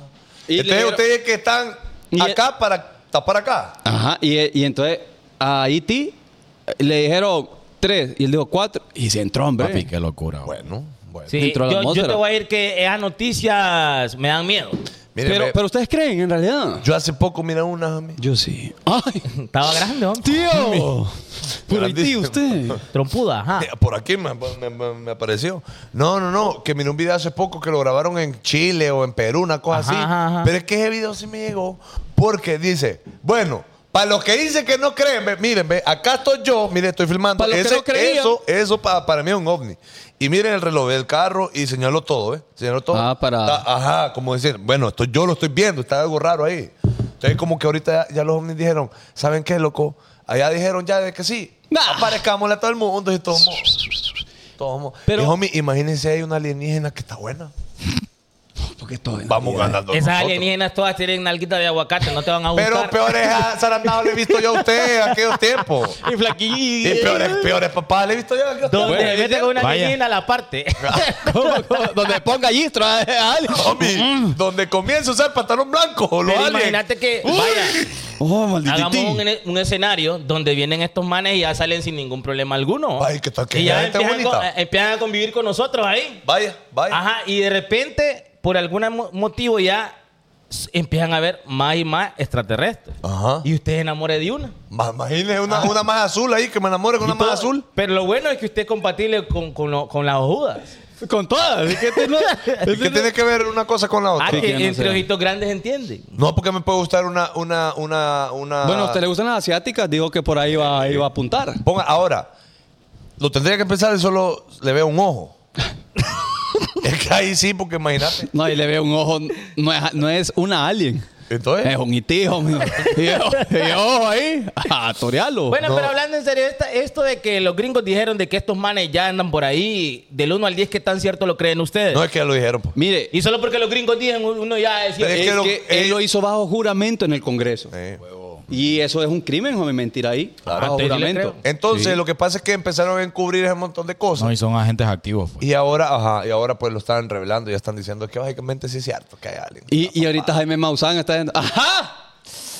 Y
Entonces
le-
ustedes que están
Y-
acá para tapar acá.
Ajá, y, y entonces a Iti le dijeron tres y él dijo cuatro y se entró, hombre.
Papi, qué locura. güey.
Bueno, bueno.
Sí,
Dentro de la
yo, yo te
atmósfera.
voy a ir que esas noticias me dan miedo.
Miren,
pero,
ve,
pero ustedes creen, en realidad.
yo hace poco miré una, homie.
Yo sí. ¡Ay!
Estaba grande, hombre.
¡Tío! Pero Haití,
Grandísimo.
usted.
Trompuda, ajá.
Eh, Por aquí me, me- me- me apareció. No, no, no. Que miré un video hace poco que lo grabaron en Chile o en Perú, una cosa
Ajá,
así.
ajá, ajá.
Pero es que ese video sí me llegó porque dice, bueno. Para los que dicen que no creen, ve, miren, ve, acá estoy yo, miren, estoy filmando.
Para los que
Ese-
no creían.
eso eso pa- para mí es un ovni. Y miren el reloj del carro y señaló todo, ¿eh? Señaló todo.
Ah, para-
Está- ajá, como decir, bueno, esto yo lo estoy viendo, está algo raro ahí. Entonces, como que ahorita ya, ya los ovnis dijeron, ¿saben qué, loco? Allá dijeron ya de que sí.
Nah.
Aparezcámosle a todo el mundo y todo el mundo. Tomo.
Pero-
y homie, imagínense hay una alienígena que está buena.
Porque todo es
Vamos
Navidad.
ganando.
Esas
nosotros.
alienígenas todas tienen nalguita de aguacate, no te van a gustar.
Pero peores a Sarandado le he visto yo a usted en aquellos tiempos.
Y
Y
flaquillo.
peores, peores papás le he visto yo en aquellos
Donde
tiempos.
me mete con una
Vaya.
alienígena a la parte.
Donde ponga Gistro. ¿eh? a- a alguien.
Homie, donde comienza a usar pantalón blanco, lo
Mm. Pero
alien.
imagínate que, vaya,
Oh,
hagamos
maldito.
un, un escenario donde vienen estos manes y ya salen sin ningún problema alguno.
Ay, que tal que
y ya
gente
empiezan,
bonita.
con- eh, empiezan a convivir con nosotros ahí.
Vaya, vaya.
Ajá, y de repente, por algún mo- motivo ya s- empiezan a ver más y más extraterrestres.
Ajá.
Y usted se enamore de una.
Ma- Imagínese una,
Ah.
una más azul ahí, que me enamore con una
Y
más
todo-
azul.
Pero lo bueno es que usted es compatible con, con, lo- con las ojudas.
Con todas. ¿Y qué tiene?
¿Y qué tiene que ver una cosa con la otra?
Ah,
Sí,
que
que no
entre
sé.
ojitos grandes entienden.
No, porque me puede gustar una, una, una, una.
Bueno, a usted le gustan las asiáticas, digo que por ahí va, iba a apuntar.
Ponga, ahora, lo tendría que pensar y solo le veo un ojo. es que ahí sí, porque imagínate.
No, y le veo un ojo, no es, no es una alien.
Entonces,
Es un IT, homie. Y yo, y yo ahí, a torearlo.
Bueno,
No.
pero hablando en serio, esta- esto de que los gringos dijeron de que estos manes ya andan por ahí, del 1 al 10, ¿qué tan cierto lo creen ustedes?
no es que ya lo dijeron. pues. po.
Mire,
Y solo porque los gringos dicen, uno ya es
Pero
cierto.
es
que
que,
lo-
él
eh,
lo hizo bajo juramento en el Congreso.
Eh.
Y eso es un crimen, homie, mentir ahí.
Claro.
bajo
Ah, te- sí le
juramento.
creo.
Entonces,
Sí.
lo que pasa es que empezaron a encubrir ese montón de cosas.
No, y son agentes activos. pues.
y ahora, ajá, y ahora pues lo están revelando y están diciendo que básicamente sí es cierto que hay alguien.
Y, y ahorita Jaime Maussan está diciendo, ¡ajá!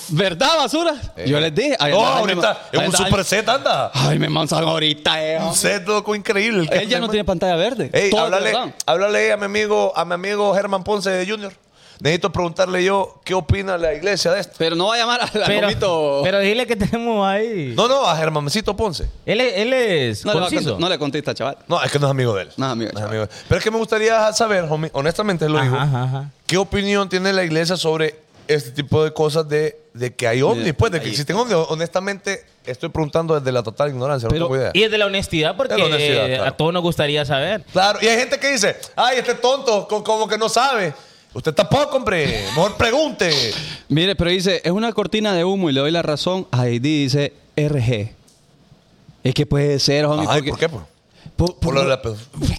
¿Verdad, basura?
Eh.
Yo les dije. ahí
No,
anda Jaime Ma-
ahorita es
ahí
un
anda
super set, anda.
Jaime- Jaime Maussan ahorita, eh,
Un
homie.
set loco increíble.
Él ya no tiene pantalla verde.
Ey,
Todo es
háblale,
verdad.
háblale a mi amigo, a mi amigo Germán Ponce de Junior. Necesito preguntarle yo qué opina la iglesia de esto.
Pero no va a llamar al al
Pero,
gomito.
pero dile que tenemos ahí.
No, no, a Germancito Ponce.
Él es, él es
No le, va a
conciso.
cont- no le contesta, chaval.
No, es que no es amigo de él.
No, amigo,
es amigo de él. Pero es que me gustaría saber, homie, honestamente lo
Ajá,
digo,
ajá, ajá.
¿qué opinión tiene la iglesia sobre este tipo de cosas de, de que hay ovnis? Pues, de que
ahí
existen ovnis. Honestamente, estoy preguntando desde la total ignorancia,
Pero-
no tengo idea.
Y es de la honestidad porque
De la honestidad,
eh,
claro.
a todos nos gustaría saber.
Claro, y hay gente que dice, ay, este tonto, co- como que no sabe. Usted tampoco, hombre. Mejor pregunte.
Mire, pero dice, es una cortina de humo y le doy la razón a ID, dice RG. Es que puede ser, homie,
Ay,
porque-
¿por qué? Por,
Por-
por
por-
lo de la pedofilia.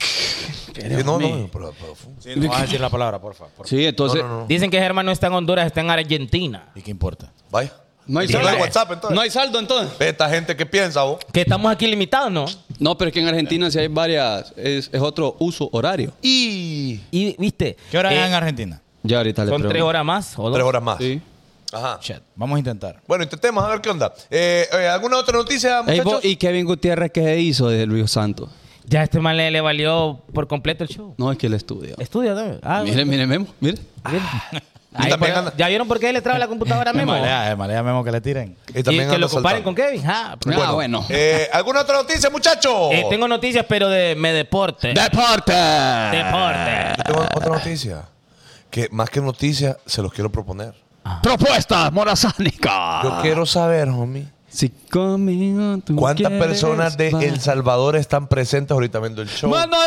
No,
homie.
no, por la pedofilia.
Sí, no vas a decir la palabra, por favor.
Sí, entonces...
No, no, no.
Dicen que Germán no está en Honduras, está en Argentina.
¿Y qué importa?
Vaya.
No hay
Yo
saldo.
no hay WhatsApp, entonces.
No hay saldo, entonces.
Ve esta gente que piensa, vos.
Que estamos aquí limitados, ¿no?
No, pero es que en Argentina sí hay varias... Es, es otro uso horario.
Y
Y, ¿viste?
¿Qué hora
Eh,
es en Argentina?
Ya ahorita le
Son
pregunto.
tres horas más o dos.
tres horas más.
Sí.
Ajá.
Chat. Vamos a intentar.
Bueno, intentemos a ver qué onda. Eh, eh, ¿Alguna otra noticia,
Ey, vos,
muchachos?
¿Y Kevin Gutiérrez qué se hizo de Luis Santos?
Ya este man le, le valió por completo el show.
No, es que él estudia.
Estudia, ¿no? Ah,
Mire, mire, Memo, mire.
bien. Ahí,
Ah, también
pero,
anda-
¿Ya vieron por qué le traba la computadora a
Me
Memo?
malea, me malea Memo que le tiren.
Y
Y
también
que
ando
lo comparen
saltando.
con Kevin. Ah, pero-
Ah, bueno.
Eh, ¿Alguna otra noticia, muchachos?
Eh, tengo noticias, pero de me deporte.
¡Deporte!
Eh. deporte.
Yo tengo otra noticia. Que más que noticia, se los quiero proponer.
Propuestas morazánicas.
Yo quiero saber, homie,
Si conmigo tú
cuántas
quieres,
personas de
va.
El Salvador están presentes ahorita viendo el show.
¡Mano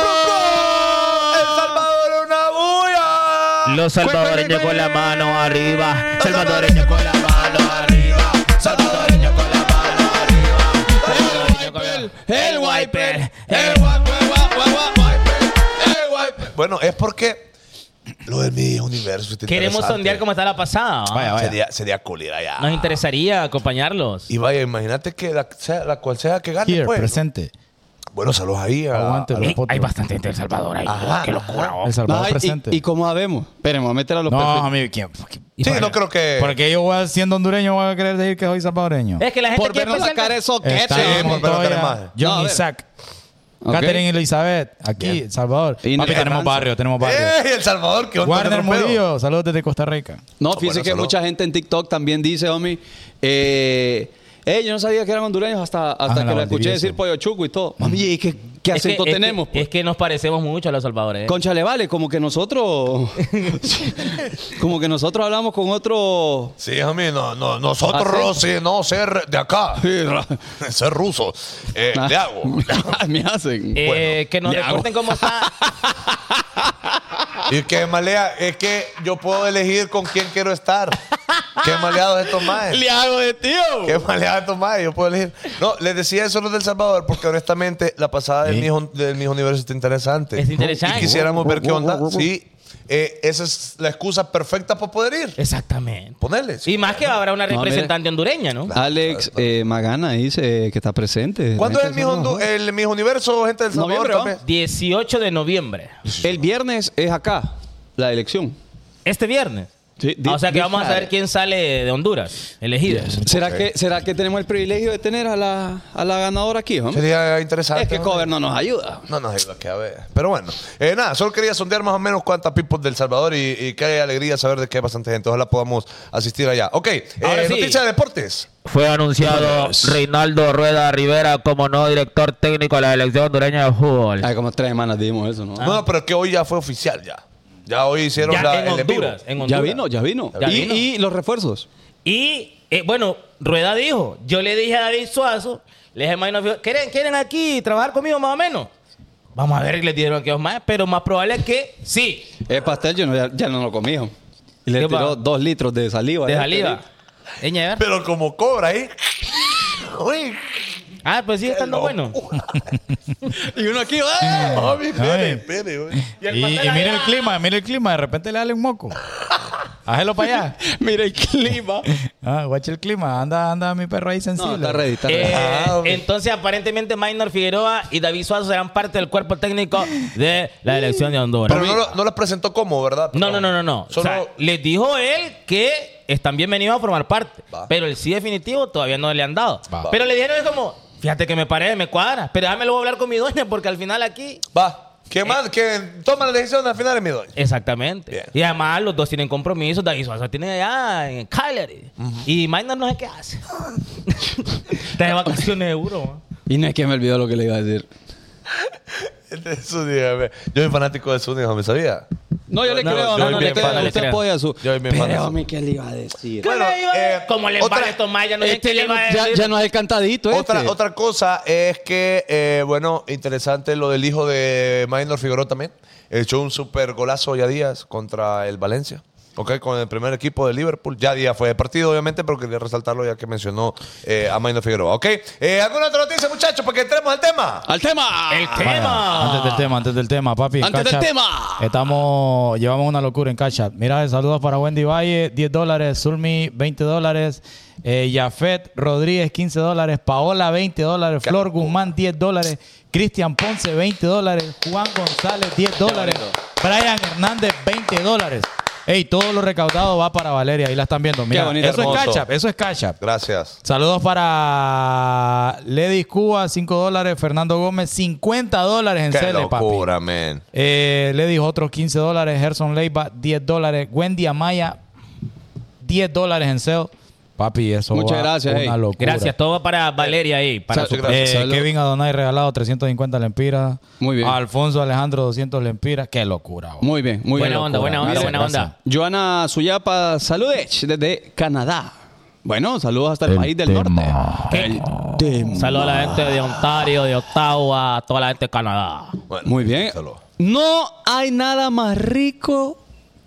arriba!
¡El Salvador es una bulla!
Los salvadoreños con la mano arriba.
Salvadoreño
Salvadoreños con
con la mano arriba. Salvadoreño con la mano arriba.
¡El
Eh.
wiper!
El guay, guay, guay, guay, guay, guay, el guay. Bueno, es porque lo del mi universo. está
Queremos
interesante.
sondear cómo está la pasada. ¿va?
Vaya, vaya.
Sería, sería cool ir allá.
Nos interesaría acompañarlos.
Y vaya, imagínate que la, sea, la cual sea que gane,
Here,
pues. ¿no?
presente.
Bueno, saludos ahí a, Eh,
Aguante,
a-
los
Ey, Eh, hay
potros.
bastante gente en El Salvador ahí.
Ajá,
Qué locura. oh.
El Salvador
Ay,
presente.
¿Y, y cómo sabemos? Espérenme, voy a meter a los
no,
perfil.
amigo, ¿quién? ¿Por qué-
Sí, no creo que...
Porque yo voy siendo hondureño voy a querer decir que soy salvadoreño.
Es que la gente
Por
quiere
vernos
pensar
sacar
que-
eso que
Está
sí,
en
por ver la
Montoya,
cara
No, a
John
ver.
Isaac,
Ok.
Catherine Elizabeth, aquí, El Salvador.
Y
Papi,
Nelly
tenemos
Hernández.
barrio, tenemos barrio.
Eh,
¡Ey, El Salvador! ¿Qué onda?
Warner
¿Qué pedo?
Murillo, saludos desde Costa Rica.
No,
Ah,
fíjense
bueno,
que
solo-
mucha gente en TikTok también dice, homie, eh, eh, yo no sabía que eran hondureños hasta, hasta
Ángela
que lo escuché
Valdivieso.
decir pollo chuco y todo. Mami, ¿y qué, qué
Es que-
acento
es que- eh,
tenemos? pues?
Es que nos parecemos mucho a los salvadores.
Concha le vale, como que nosotros. como que nosotros hablamos con otro.
Sí, a mí, no, no, nosotros,
¿Ah,
sí, no, ser de acá, ser ruso, eh,
Ah.
le hago.
Me hacen.
Eh,
Bueno,
que nos
le hago.
reporten cómo está.
Y que malea, es que yo puedo elegir con quién quiero estar. Qué maleados estos maes.
hago de tío.
Qué maleados estos maes, yo puedo elegir. No, les decía eso los del Salvador, porque honestamente la pasada del,
Sí.
Miss, Un- del Miss Universo está interesante.
Es interesante.
Y quisiéramos ver qué onda. Sí, eh, esa es la excusa perfecta para poder ir.
Exactamente.
Ponerle. sí.
Y más que habrá una
mire.
representante hondureña, ¿no?
Alex eh, Magana dice que está presente.
¿Cuándo
La
es el
gente
Miss,
se
Hondu-
enojó.
el Miss Universo, gente del Salvador?
Noviembre, ¿va?
también?
18 de noviembre.
El viernes es acá, la elección.
Este viernes.
Sí, di-
Ah, o sea que
di-
vamos a saber quién sale de Honduras, elegida.
¿Será, que, ¿Será que tenemos el privilegio de tener a la, a la ganadora aquí, hombre?
Sería interesante.
Es que
¿no?
Cover no nos ayuda.
No nos ayuda que a ver. Pero bueno, eh, nada, solo quería sondear más o menos cuántas people del Salvador y, y qué alegría saber de que hay bastante gente. Ojalá podamos asistir allá. Ok, eh,
Ahora sí.
noticia de deportes.
Fue anunciado Reinaldo Rueda Rivera como nuevo director técnico de la selección hondureña de fútbol.
Ay, como tres semanas dimos eso, ¿no?
No, pero que hoy ya fue oficial ya. Ya hoy hicieron
Ah. Ya
la, el
en
en vivo.
Honduras, en Honduras.
Ya vino, ya vino.
Ya
y,
vino.
y los refuerzos.
Y eh, bueno, Rueda dijo, yo le dije a David Suazo, les dije, "Mae, no fío- ¿quieren, ¿quieren aquí trabajar conmigo más o menos? Vamos a ver, les dieron que más, pero más probable es que sí,
El Eh, pastel yo no- ya, ya no lo comí, hombre. Y le
¿Qué
tiró
va?
dos litros de saliva.
de
¿eh?
saliva. Eña, a ver.
Pero como cobra, ¿eh? Uy,
Ah, pues sí, estando
locura. Mm.
bueno.
Y uno aquí,
"Ah,
¡eh!
mami, espere,
Ay.
espere, güey.
Y, y mira el clima, mira el clima, de repente le dale un moco. Hágelo para allá.
Mira el clima.
Ah, guacha el clima, anda, anda mi perro ahí sensible.
No, está ready, está ready.
Eh,
Ah, ok.
entonces, aparentemente, Maynor Figueroa y David Suazo serán parte del cuerpo técnico de la elección de Honduras.
Pero no, lo- no las presentó como, ¿verdad?
No, no, no, no, no.
Solo
O sea, les dijo él que están bienvenidos a formar parte.
Va.
Pero el sí definitivo todavía no le han dado.
Va.
Pero le dijeron es como, fíjate que me parece, me cuadra. Pero déjame lo voy a hablar con mi dueña porque al final aquí...
va. ¿Qué más? ¿Quién toma la decisión al final es mi doña?
Exactamente.
Bien.
Y además los dos tienen compromisos. David Suazo tiene allá en Calgary. Y Maynard no sé qué hace. Está de vacaciones de euro. man.
Y no es que me olvidó lo que le iba a decir.
El de Zúñiga, ve. Yo soy fanático de Zúñiga, ¿me sabía?
No, yo le
No,
creo,
yo
no,
soy
no le
bien
creo.
fan de
Usted
Letreo.
apoya su.
Yo soy bien fan de
Pero,
su-
mi, ¿qué le iba a decir?
Bueno, eh,
Como les
otra-
vale tomar, ya no sé
Este
qué le
ya,
va a
no- ya-
decir.
ya no es el cantadito este.
Otra, otra cosa es que, eh, bueno, interesante lo del hijo de Maynor Figueroa también. Echó un super golazo ya Díaz contra el Valencia. Ok, con el primer equipo de Liverpool. Ya Díaz fue de partido, obviamente, pero quería resaltarlo ya que mencionó eh, a Maynor Figueroa. Ok, eh, ¿alguna otra noticia, muchachos, para que entremos al tema?
¡Al tema!
El
Vaya,
tema.
Antes del tema, antes del tema, papi. en
Antes del
Cash App
tema.
Estamos, llevamos una locura en Cash App. Mira, saludos para Wendy Valle, 10 dólares. Zulmi, 20 dólares. Eh, Yafet Rodríguez, 15 dólares. Paola, 20 dólares. Flor Guzmán, 10 dólares. Cristian Ponce, 20 dólares. Juan González, 10 dólares. Brian Hernández, 20 dólares. Ey, todo lo recaudado va para Valeria. Ahí la están viendo. Mira,
bonito,
eso es
hermoso.
Cash App, eso es Cash App.
Gracias.
Saludos para Lady Cuba, 5 dólares. Fernando Gómez, 50 dólares en
Qué
Cele, papi.
locura, man.
Eh, le dijo otros 15 dólares. Gerson Leiva, 10 dólares. Wendy Amaya, 10 dólares en sale. Papi, eso
Muchas
va
gracias,
una
hey.
locura.
Gracias, todo para Valeria ahí. Para
Sal-
su-
Eh,
Salud.
Kevin Adonai regalado 350 lempiras.
Muy bien.
Alfonso Alejandro 200 lempiras. Qué locura. güey.
Muy bien, muy
Buena
bien.
onda, buena onda,
Mire,
buena onda.
Joana Suyapa, saludes desde Canadá. Bueno, saludos hasta el, país del norte. El tema.
Saludos a la gente de Ontario, de Ottawa, a toda la gente de Canadá.
Bueno,
Muy bien.
saludos.
No hay nada más rico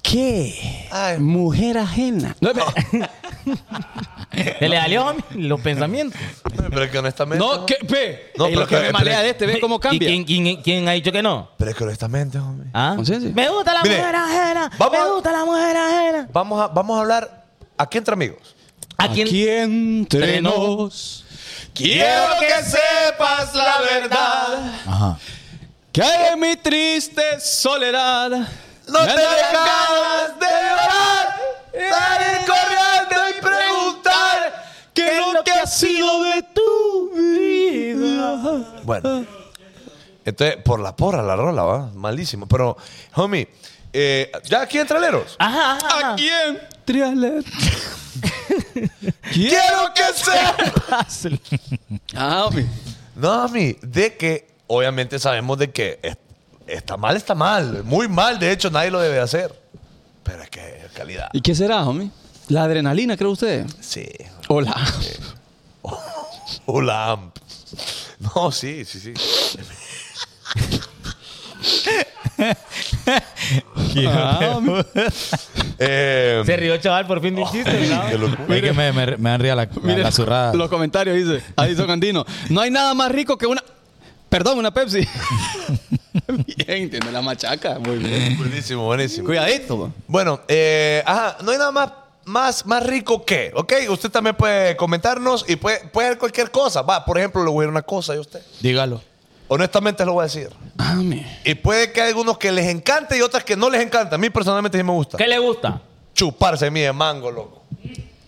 que
Ay.
mujer ajena. No, pe-
¿Te le salió homie, los pensamientos?
Pero es que honestamente.
no, que, pe.
No,
Y
pero
lo que
que-
me malea de este, ve cómo cambia.
¿Y quién, quién- quién ha dicho que no?
Pero es que honestamente, hombre.
¿Ah?
No sé, sí.
Me gusta la
Mire,
mujer ajena.
vamos
me
a-
gusta la mujer ajena.
Vamos a, vamos a hablar aquí entre amigos.
¿A quién?
Aquí entre
Entre
nos,
Quiero que sepas la verdad.
Ajá.
que en mi triste soledad
No
me
te
han dejado
dejas de llorar, salir corriendo y preguntar
¿Qué es lo que ha sido de tu vida?
Bueno, entonces, por la porra la rola, va. Malísimo. Pero, homie, eh, ya aquí entre leros.
Ajá, ajá, ajá.
¿A quién? Trialet.
Quiero que sepas.
Ah, hombre.
No, homie, de que obviamente sabemos de que es- está mal, está mal. Muy mal, de hecho, nadie lo debe hacer. Pero es que es calidad.
¿Y qué será, homie? ¿La adrenalina, cree usted? Ah,
Sí.
Hola.
Hola, amp. No, sí, sí, sí.
Ah, homie.
Eh,
Se rió, chaval, por fin de un chiste, ¿no?
qué locura.
Es que me, me, me han río la,
Mire,
la zurrada.
Los comentarios dice, Adison Andino, no hay nada más rico que una... Perdón, una Pepsi. bien, tiene la machaca, muy bien.
Buenísimo, buenísimo.
Cuidadito, man.
Bueno, eh, ajá, no hay nada más, más, más rico que, ¿ok? Usted también puede comentarnos y puede, puede hacer cualquier cosa. Va, por ejemplo, le voy a decir una cosa yo a usted.
Dígalo.
Honestamente lo voy a decir.
Ah, mi.
Y puede que hay algunos que les encante y otras que no les encanta. A mí personalmente sí me gusta.
¿Qué le gusta?
Chuparse mi de mango, loco.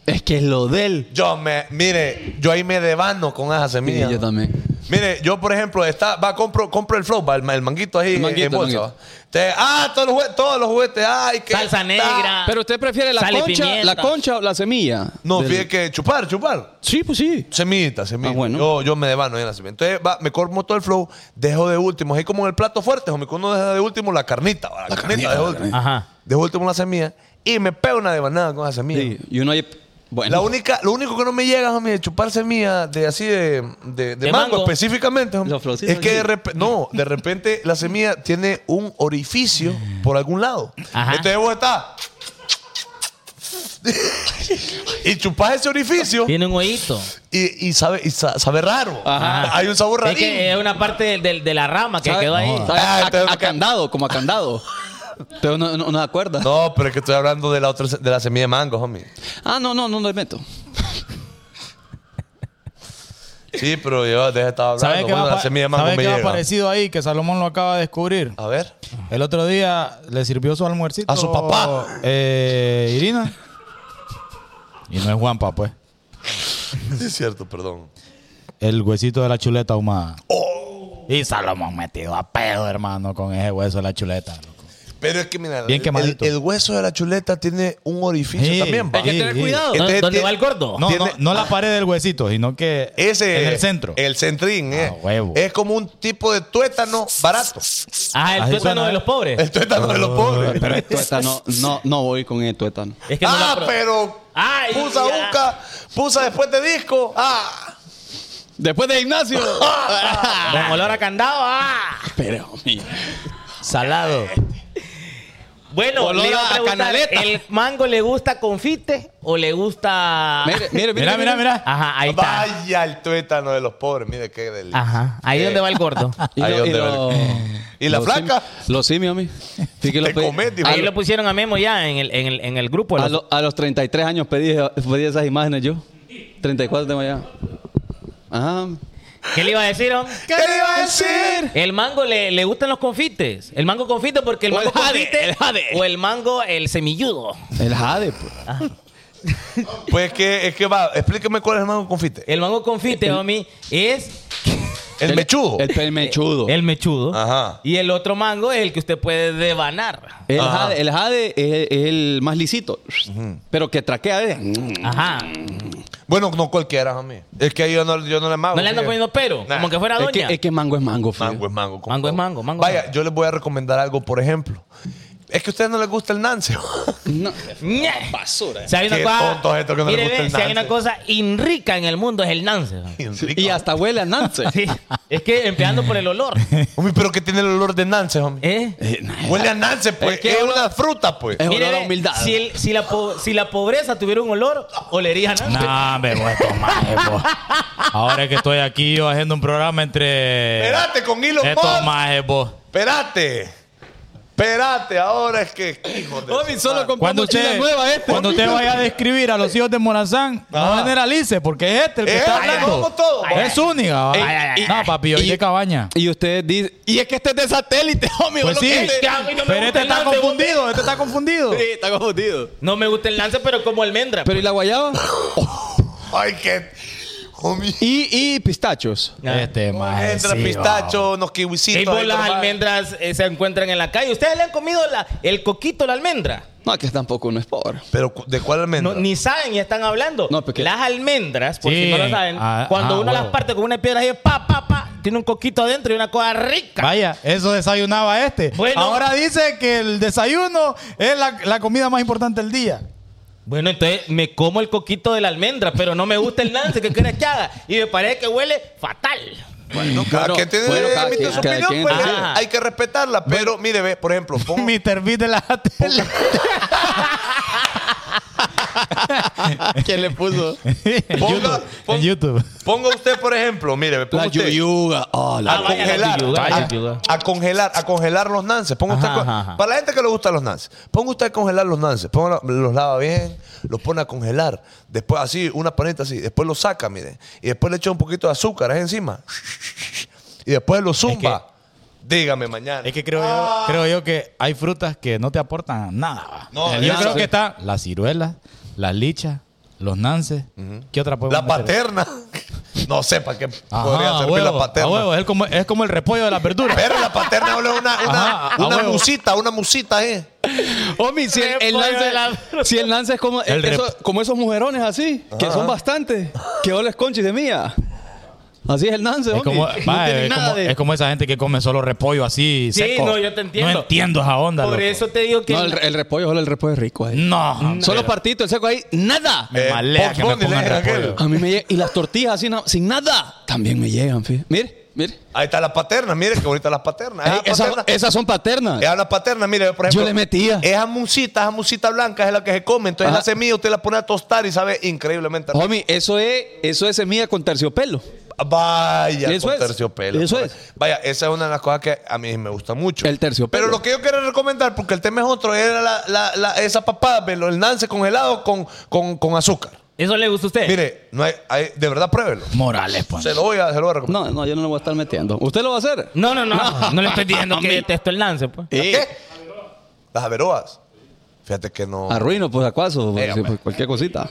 Es que es lo del...
Yo me, mire, yo ahí me devano con esa
Mire,
semilla.
yo también.
Mire, yo por ejemplo, está, va, compro, compro el flow, va, el, ma- el manguito ahí
El manguito,
en bolsa.
el
va.
manguito.
Te- ah, todos los, juguetes, todos los juguetes, ay, que
Salsa negra.
Pero usted prefiere la
Sale
concha,
pimienta.
la concha o la semilla.
No,
Del-
fíjate que chupar, chupar.
Sí, pues sí.
Semillita, semillita.
Ah, bueno.
yo, yo me devano en la semilla. Entonces, va, me como todo el flow, dejo de último. Así como en el plato fuerte, homie, cuando uno deja de último la carnita. La, carnita,
carnita,
dejo,
la
último.
carnita.
Ajá.
Dejo último la semilla y me pego una devanada con esa semilla.
Sí, Y uno ahí... Bueno.
La única, lo único que no me llega, homie, de chupar semilla de así de, de- de
De
mango,
mango.
específicamente, homie,
Los flowcitos
es que de
aquí.
repe- no, de repente la semilla tiene un orificio por algún lado.
Ajá.
Entonces vos estás y chupás ese orificio
Tiene un hoyito.
y, y sabe, y sa- sabe raro.
Ajá.
Hay un sabor
Es
rarín.
que eh, es una parte del- del- de, la rama que quedó ahí.
¿Sabe?
Ah,
A-
entonces-
acandado, como acandado. Pero no, no, no acuerda.
No, pero es que estoy hablando de la otra se- de la semilla de mango, homie.
Ah, no, no, no le meto.
Sí, pero yo de eso estaba hablando.
¿Sabes qué
Bueno,
va,
la semilla de mango
¿sabe
me
qué va
llega.
parecido ahí? Que Salomón lo acaba de descubrir.
A ver.
El otro día le sirvió su almuercito.
A su papá.
eh, Irina. Y no es Juanpa, pues.
Sí, es cierto, perdón.
El huesito de la chuleta Oh. ahumada. Y Salomón metido a pedo, hermano, con ese hueso de la chuleta. loco.
Pero es que, mira,
Bien
el- el,
quemadito.
el hueso de la chuleta tiene un orificio
Sí,
también. pa.
Hay que tener
Sí, sí.
cuidado.
¿Dó-
Entonces,
¿Dónde
tie-
va el gordo?
No,
Tiene-
no, no la pared del huesito, sino que
Ese
en el
es
centro.
El centrín, eh.
Ah, huevo.
Es como un tipo de tuétano barato.
Ah, el
Así
tuétano
suena. ¿eh?
de los pobres.
El tuétano de
Oh,
los pobres.
Pero el tuétano, no, no voy con el tuétano.
Es que no la
ah,
pro-
pero
Ay,
pusa
ya.
uca, pusa después de disco. Ah,
Después de Ignacio.
Con olor a candado. ah.
Pero, mío.
salado.
Bueno,
Olor
le iba
a
a preguntar,
canaleta.
¿el mango le gusta confite o le gusta...?
Mire, mire,
Mira, mira, mira.
Ajá, ahí está.
vaya el tuétano de los pobres. Mire qué delicia.
Ajá, ahí donde va el gordo.
Y
Ahí
lo- y
donde va el-
lo-
¿Y la
los
flaca?
simios- Los simios, a mí. Sí que los
Te
pedí- Ah,
comes, dijo.
Ahí lo pusieron a Memo ya en el, en el, en el grupo.
A, lo- a los 33 años pedí, pedí esas imágenes yo. 34 tengo ya. Ajá.
¿Qué le iba a decir, hombre?
¿Qué le iba a decir?
El mango le, le gustan los confites. El mango confite porque el
O
mango
el jade,
confite-
el jade.
o el mango el semilludo.
El jade, pues.
Pues que, es que va, explíqueme cuál es el mango confite.
El mango confite, homie, es
El, mechudo.
El pelmechudo.
el mechudo.
Ajá.
Y el otro mango es el que usted puede devanar.
El
Ajá.
jade, el jade es, es el más lisito, pero que traquea. eh.
Ajá.
Bueno, no cualquiera, mí. Es que ahí yo no, yo no le mago.
No le ando
fíjate.
poniendo pero,
Nah.
como que fuera
Es
doña.
que, es que mango es mango, fío.
Mango es mango. compa.
Mango es mango, mango es
Vaya,
mango.
yo les voy a recomendar algo, por ejemplo. Es que a ustedes no les gusta el Nance.
No,
Ñe.
basura.
Si hay una
Qué
cosa,
tonto es esto que no le
mire,
gusta
ve,
el
si hay una
Nance.
cosa inrica en el mundo es el nance.
Y hasta huele a Nance.
Sí. es que empezando por el olor.
Homie, pero que tiene el olor de Nance, homie.
¿eh?
Eh, nah,
Huele a Nance, pues.
Es
Es,
que uno- Eh,
una fruta, pues.
Es
Mire,
olor a
ve,
humildad.
Si, el- si la po- si la pobreza tuviera un olor, olería a nance.
Nah, me Ah, voy a tomar, eh, vos. Ahora es que estoy aquí yo haciendo un programa entre
Espérate, con hilo
estos
más.
majes, vos.
Espérate. Espérate, ahora es que. Hijo de
Homie,
su
solo
madre.
compró
Cuando
mochila
usted,
nueva este.
cuando usted vaya a describir a los hijos de Morazán, no
Ajá.
generalice, porque es este el que
Eh,
está
ahí
hablando.
vamos todos.
Es única.
Ey,
va.
y-
No, papi, hoy
y-
de cabaña.
Y usted dice, y es que este es de satélite, homie. vos
Pues
lo
sí,
que-
que a mí no me
pero
gusta
este
el
está
lance,
confundido, este está confundido.
Sí, está confundido.
No me gusta el lance, pero como almendra.
Pero ¿y la guayaba?
Ay, qué. Homie.
y, y pistachos.
Este
Pues
maje,
Entra
sí,
pistacho,
va.
unos kiwisitos.
y vos
ahí,
las
normal.
almendras eh, se encuentran en la calle. ¿Ustedes le han comido la- el coquito, la almendra?
No, que tampoco uno es pobre.
Pero, cu- ¿de cuál almendra?
No, ni saben y están hablando.
No, porque-
Las almendras, por
Sí,
si no lo saben,
ah,
cuando
ah,
uno las
huevo.
parte con una piedra y pa, pa, pa, tiene un coquito adentro y una cosa rica.
Vaya, eso desayunaba este.
Bueno.
Ahora dice que el desayuno es la, la comida más importante del día.
Bueno, entonces me como el coquito de la almendra, pero no me gusta el lance, ¿qué quieres que haga? Y me parece que huele fatal.
No, cada
Bueno,
quien tiene
bueno, cada
emite
quien,
su
cada
opinión,
quien.
pues,
Ajá.
hay que respetarla. Pero, mire, ve, por ejemplo, pongo-
Mr. Beat de la tele.
Ah, ¿Quién le puso?
en,
Ponga-
YouTube,
pon-
en YouTube.
ponga usted, por ejemplo, mire, ve, ponga
La
usted.
yuyuga. Oh, la
a
Ah, vaya,
congelar,
la yuyuga,
a-
la yuyuga.
a, congelar, a congelar los nances. Ponga usted
Ajá,
a con-
ajá, ajá.
Para la gente que le gustan los nances, ponga usted a congelar los nances, ponga- los lava bien, los pone a congelar, después así, una panita así, después los saca, mire, y después le echa un poquito de azúcar ahí encima, y después lo zumba. Dígame mañana.
Es que creo, yo, creo yo que hay frutas que no te aportan nada.
No,
yo
nada.
creo que está las ciruelas, las lichas, los nances. ¿Qué otra podemos
la
meter?
paterna. no sé para qué
Ajá,
podría
a
servir
huevo,
la paterna.
a huevo, es, como, es como el repollo de las verduras.
Pero la paterna es una, una,
Ajá, a
una
huevo.
musita, una musita, eh.
Homie, si el, el
Repollo
lance,
de la-
si el lance es como,
El
eso-
rep-
como esos mujerones así, que son bastantes, que oles conchis de mía. Así es el lance,
Es
homie.
como,
no
va,
tienen
es,
nada
como,
de-
es como esa gente que come solo repollo así
Sí,
seco.
no, yo te entiendo.
No entiendo esa onda.
Por
loco.
eso te digo que...
No, el, el repollo, solo el repollo es rico. ahí.
No.
Solo partito, el seco ahí, nada.
Me
Eh,
malea que me
Bugs Bunny,
pongan
¿eh, aquel?
repollo.
A mí me lle- Y las tortillas así, na- sin nada, también me llegan, fíjate. Mire, mire.
Ahí está la paterna, mire qué bonita la paterna. Esa
Ey, esas-
paterna-
esas son paternas.
Esa la paterna, mire, por ejemplo.
Yo le metía.
Esa musita, esa musita blanca es la que se come. Entonces
Ajá.
la semilla usted la pone a tostar y sabe increíblemente. rico.
Homie, eso es, eso es semilla con terciopelo.
Vaya,
Oh. Eso
con
es.
terciopelo.
Eso
por-
es.
Vaya, esa es una de las cosas que a mí me gusta mucho.
El terciopelo.
Pero lo que yo quiero recomendar, porque el tema es otro, era la, la- la- esa papada, velo, el nance congelado con, con, con azúcar.
¿Eso le gusta a
Eh.
usted?
Mire, no hay, hay- de verdad pruébelo.
Morales, pues.
Se lo voy a, se lo voy a recomendar.
No, no, yo no lo voy a estar metiendo. ¿Usted lo va a hacer?
No, no, no. No le estoy diciendo que detesto el lance, pues.
Eh,
¿Qué? Las averoas. Fíjate que no.
Arruino, pues acuaso, pues,
Dígame.
pues, cualquier cosita.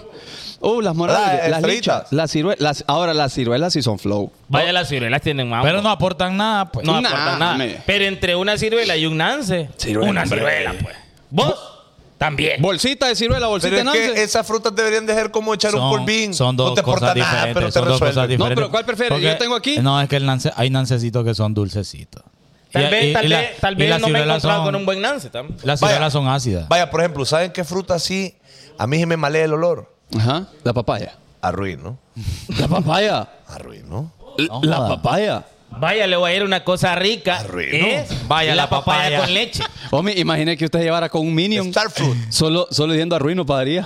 Uh, las morales,
Ah, eh,
las
fritas.
lichas, las ciruelas. las- ahora las ciruelas sí son flow.
Vaya, las ciruelas tienen mambo.
Pero no aportan nada, pues.
No
Nah,
aporta nada.
me-
Pero entre una ciruela y un nance.
Ciruela,
una
hombre.
ciruela, pues. Vos también.
Bolsita de ciruela, bolsita
Pero
de
es que
nance.
esas frutas deberían de ser como echar un polvín.
son dos
no te
cosas
aporta
diferentes.
nada, pero te
son dos cosas
resuelve.
No, pero
diferentes.
¿cuál prefieres?
Porque-
Yo tengo aquí.
No, es que el nance- hay nancecitos que son dulcecitos.
Tal
Y-
vez,
y-
tal
y la-
vez, tal
y
vez
las
no me he
ciruelas
encontrado
son-
con un buen nance. tam.
Las
Vaya.
ciruelas son ácidas.
Vaya, por ejemplo, ¿saben qué fruta sí? A mí se me malea el olor.
Ajá, la papaya.
Arruino.
La papaya.
Arruino.
la papaya.
Vaya, le voy a ir una cosa rica.
Arruinó.
Es
Vaya,
la
la
papaya,
papaya.
con leche.
Hombre, imagine que usted llevara con un Minion.
Star Fruit.
Solo, solo yendo a ruino padaría.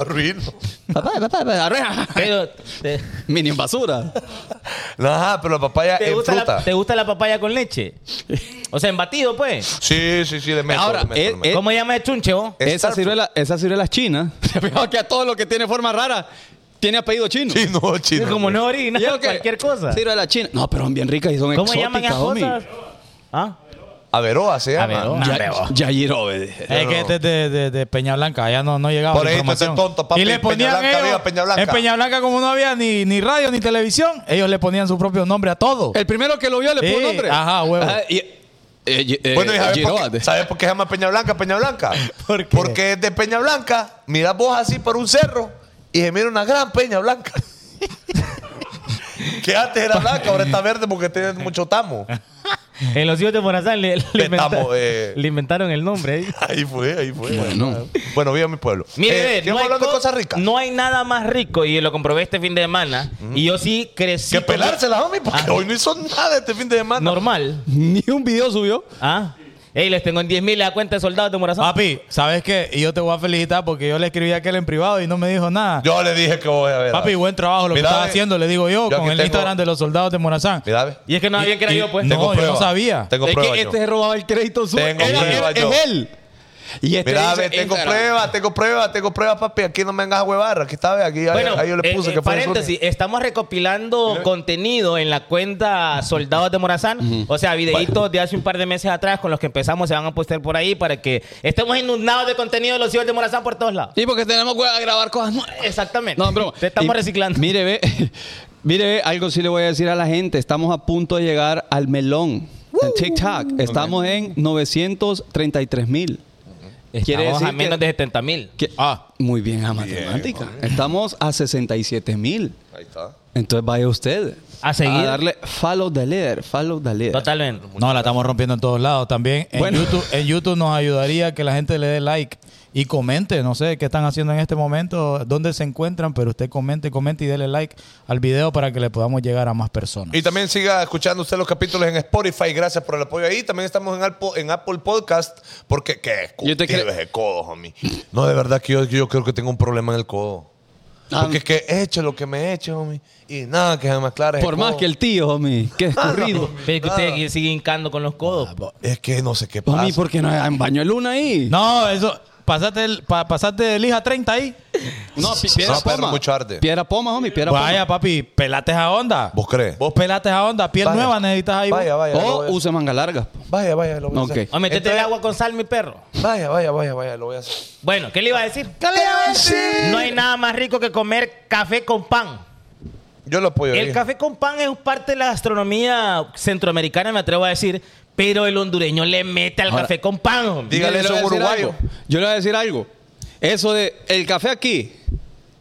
arruino.
Papaya, papaya, arruina.
Pero, ¿te,
Minion basura.
No, ajá, pero la papaya
te
es
gusta la,
fruta.
te gusta la papaya con leche? O sea, en batido, pues.
Sí, sí, sí, le meto.
Ahora,
le meto, le
eh,
meto.
eh,
¿Cómo llama el chunche, vos?
Es
Esa
Star
ciruela, esa ciruela es china. Se fijó que a todo lo que tiene forma rara tiene apellido chino.
Sí, no, chino.
Como no
Y
orina,
yo que-
cualquier cosa.
Ciruela china. No, pero son bien ricas y son
¿Cómo
exóticas,
llaman esas
homie.
cosas? ¿Ah?
Averoa se llama.
Averoa.
Ya-
Hombre,
Yayirobe, dije.
Es que
no.
este es de, de, de Peña Blanca, allá no, no llegaba
Por
la
ahí está ese
información.
tonto, papi,
Y le
en
ponían
Peña Blanca,
ellos-
viva Peña Blanca.
En Peña Blanca, como no había ni, ni radio ni televisión, ellos le ponían su propio nombre a todo.
El primero que lo vio le puso
Sí,
nombre.
ajá, huevo.
y- eh, y- eh,
Bueno, ¿y sabes por,
Yayirobe.
qué, sabes por qué se llama Peña Blanca, Peña Blanca?
¿Por qué?
Porque es de Peña Blanca, miras vos así por un cerro y se mira una gran Peña Blanca. que antes era blanca, ahora está verde porque tiene mucho tamo.
En los hijos de Morazán le, le
Estamos,
inventa-
eh.
le inventaron el nombre. ahí.
Ahí fue, ahí fue.
Bueno.
Bueno, viva mi pueblo.
Mire, ve,
no
hay
Eh, hablando de
co-
cosas ricas.
No hay nada más rico, y lo comprobé este fin de semana, y yo sí crecí.
que
como-
pelárselas, homie, porque hoy no hizo nada este fin de semana.
Normal.
Ni un video subió.
¿Ah? Ey, les tengo en 10 mil la cuenta de soldados de Morazán.
Papi, ¿sabes qué? Y yo te voy a felicitar porque yo le escribí a aquel en privado y no me dijo nada.
Yo le dije que voy a ver.
Papi, buen trabajo lo
Mira,
que estás
ve,
haciendo, le digo yo,
yo
con
aquí
el
tengo-
Instagram de los soldados de Morazán.
Mira, ve.
y es que no había que era
y-
yo, pues.
no,
Tengo
yo
prueba.
sabía.
Tengo
Es
prueba
que
yo.
este se robaba el crédito suyo.
Tengo
Era-
prueba
era-
yo.
Es él. Y este
Mira,
dice
ve, tengo
Instagram.
prueba, tengo prueba, tengo prueba, papi. Aquí no me vengas a huevar. Aquí está, ve, aquí ahí-
Bueno,
ahí yo le
eh,
puse
eh,
que fue
paréntesis, estamos recopilando contenido en la cuenta Soldados de Morazán. O sea, videitos de hace un par de meses atrás con los que empezamos se van a postear por ahí para que estemos inundados de contenido de los hijos de Morazán por todos lados.
Y porque tenemos que grabar cosas nuevas.
Exactamente.
No, broma.
Te estamos
Y
reciclando.
Mire, ve, mire, ve, algo sí le voy a decir a la gente. Estamos a punto de llegar al melón en TikTok. Estamos en 933 mil. Quiere
Estamos
decir
a menos
que-
de 70 mil.
que- ah, muy bien a matemática. Estamos a 67 mil.
Ahí está.
Entonces vaya usted
A seguir.
darle follow the leader, follow the leader.
Totalmente.
No, la estamos rompiendo en todos lados. También en,
Bueno.
YouTube, en YouTube nos ayudaría que la gente le dé like y comente. No sé qué están haciendo en este momento, dónde se encuentran, pero usted comente, comente y déle like al video para que le podamos llegar a más personas.
Y también siga escuchando usted los capítulos en Spotify. Gracias por el apoyo ahí. También estamos en Apple, en Apple Podcast. Porque, ¿qué?
Yo te
Cultives
cre-
de codo, homie. No, de verdad que yo, yo creo que tengo un problema en el codo.
Ah.
Porque es que eche lo que me eche, homie. Y nada, que se me aclare.
Por
el
más
codo.
que el tío, homie, que escurrido.
Pero que usted sigue hincando con los
Ah,
codos.
pues,
Es que no sé qué pasa.
Homie, ¿por qué no hay baño de luna ahí?
No, eso, pasate el, pa- pasate el hija 30 ahí.
No, pi- piedra
No, perro,
poma.
mucho arte.
Piedra poma, homie, piedra
Vaya, papi, pelate esa onda.
¿Vos crees?
Vos pelate esa onda, piel
Vaya.
nueva necesitas ahí. vos.
Vaya, vaya.
poma.
lo
O
voy a-
use manga larga.
Vaya, vaya, lo voy a
Ok.
hacer.
O metete el
Entonces-
agua con sal, mi perro.
Vaya, vaya, vaya, vaya, lo voy a hacer.
Bueno, ¿qué le iba a decir? No hay nada más rico que comer café con pan.
Yo lo apoyo. ahí.
El café con pan es parte de la gastronomía centroamericana, me atrevo a decir, pero el hondureño le mete al
Ahora,
café con pan. hombre.
diga-
Yo
Dígale
le voy
eso a un
decir
uruguayo.
algo. Yo le voy a decir algo. Eso de el café aquí,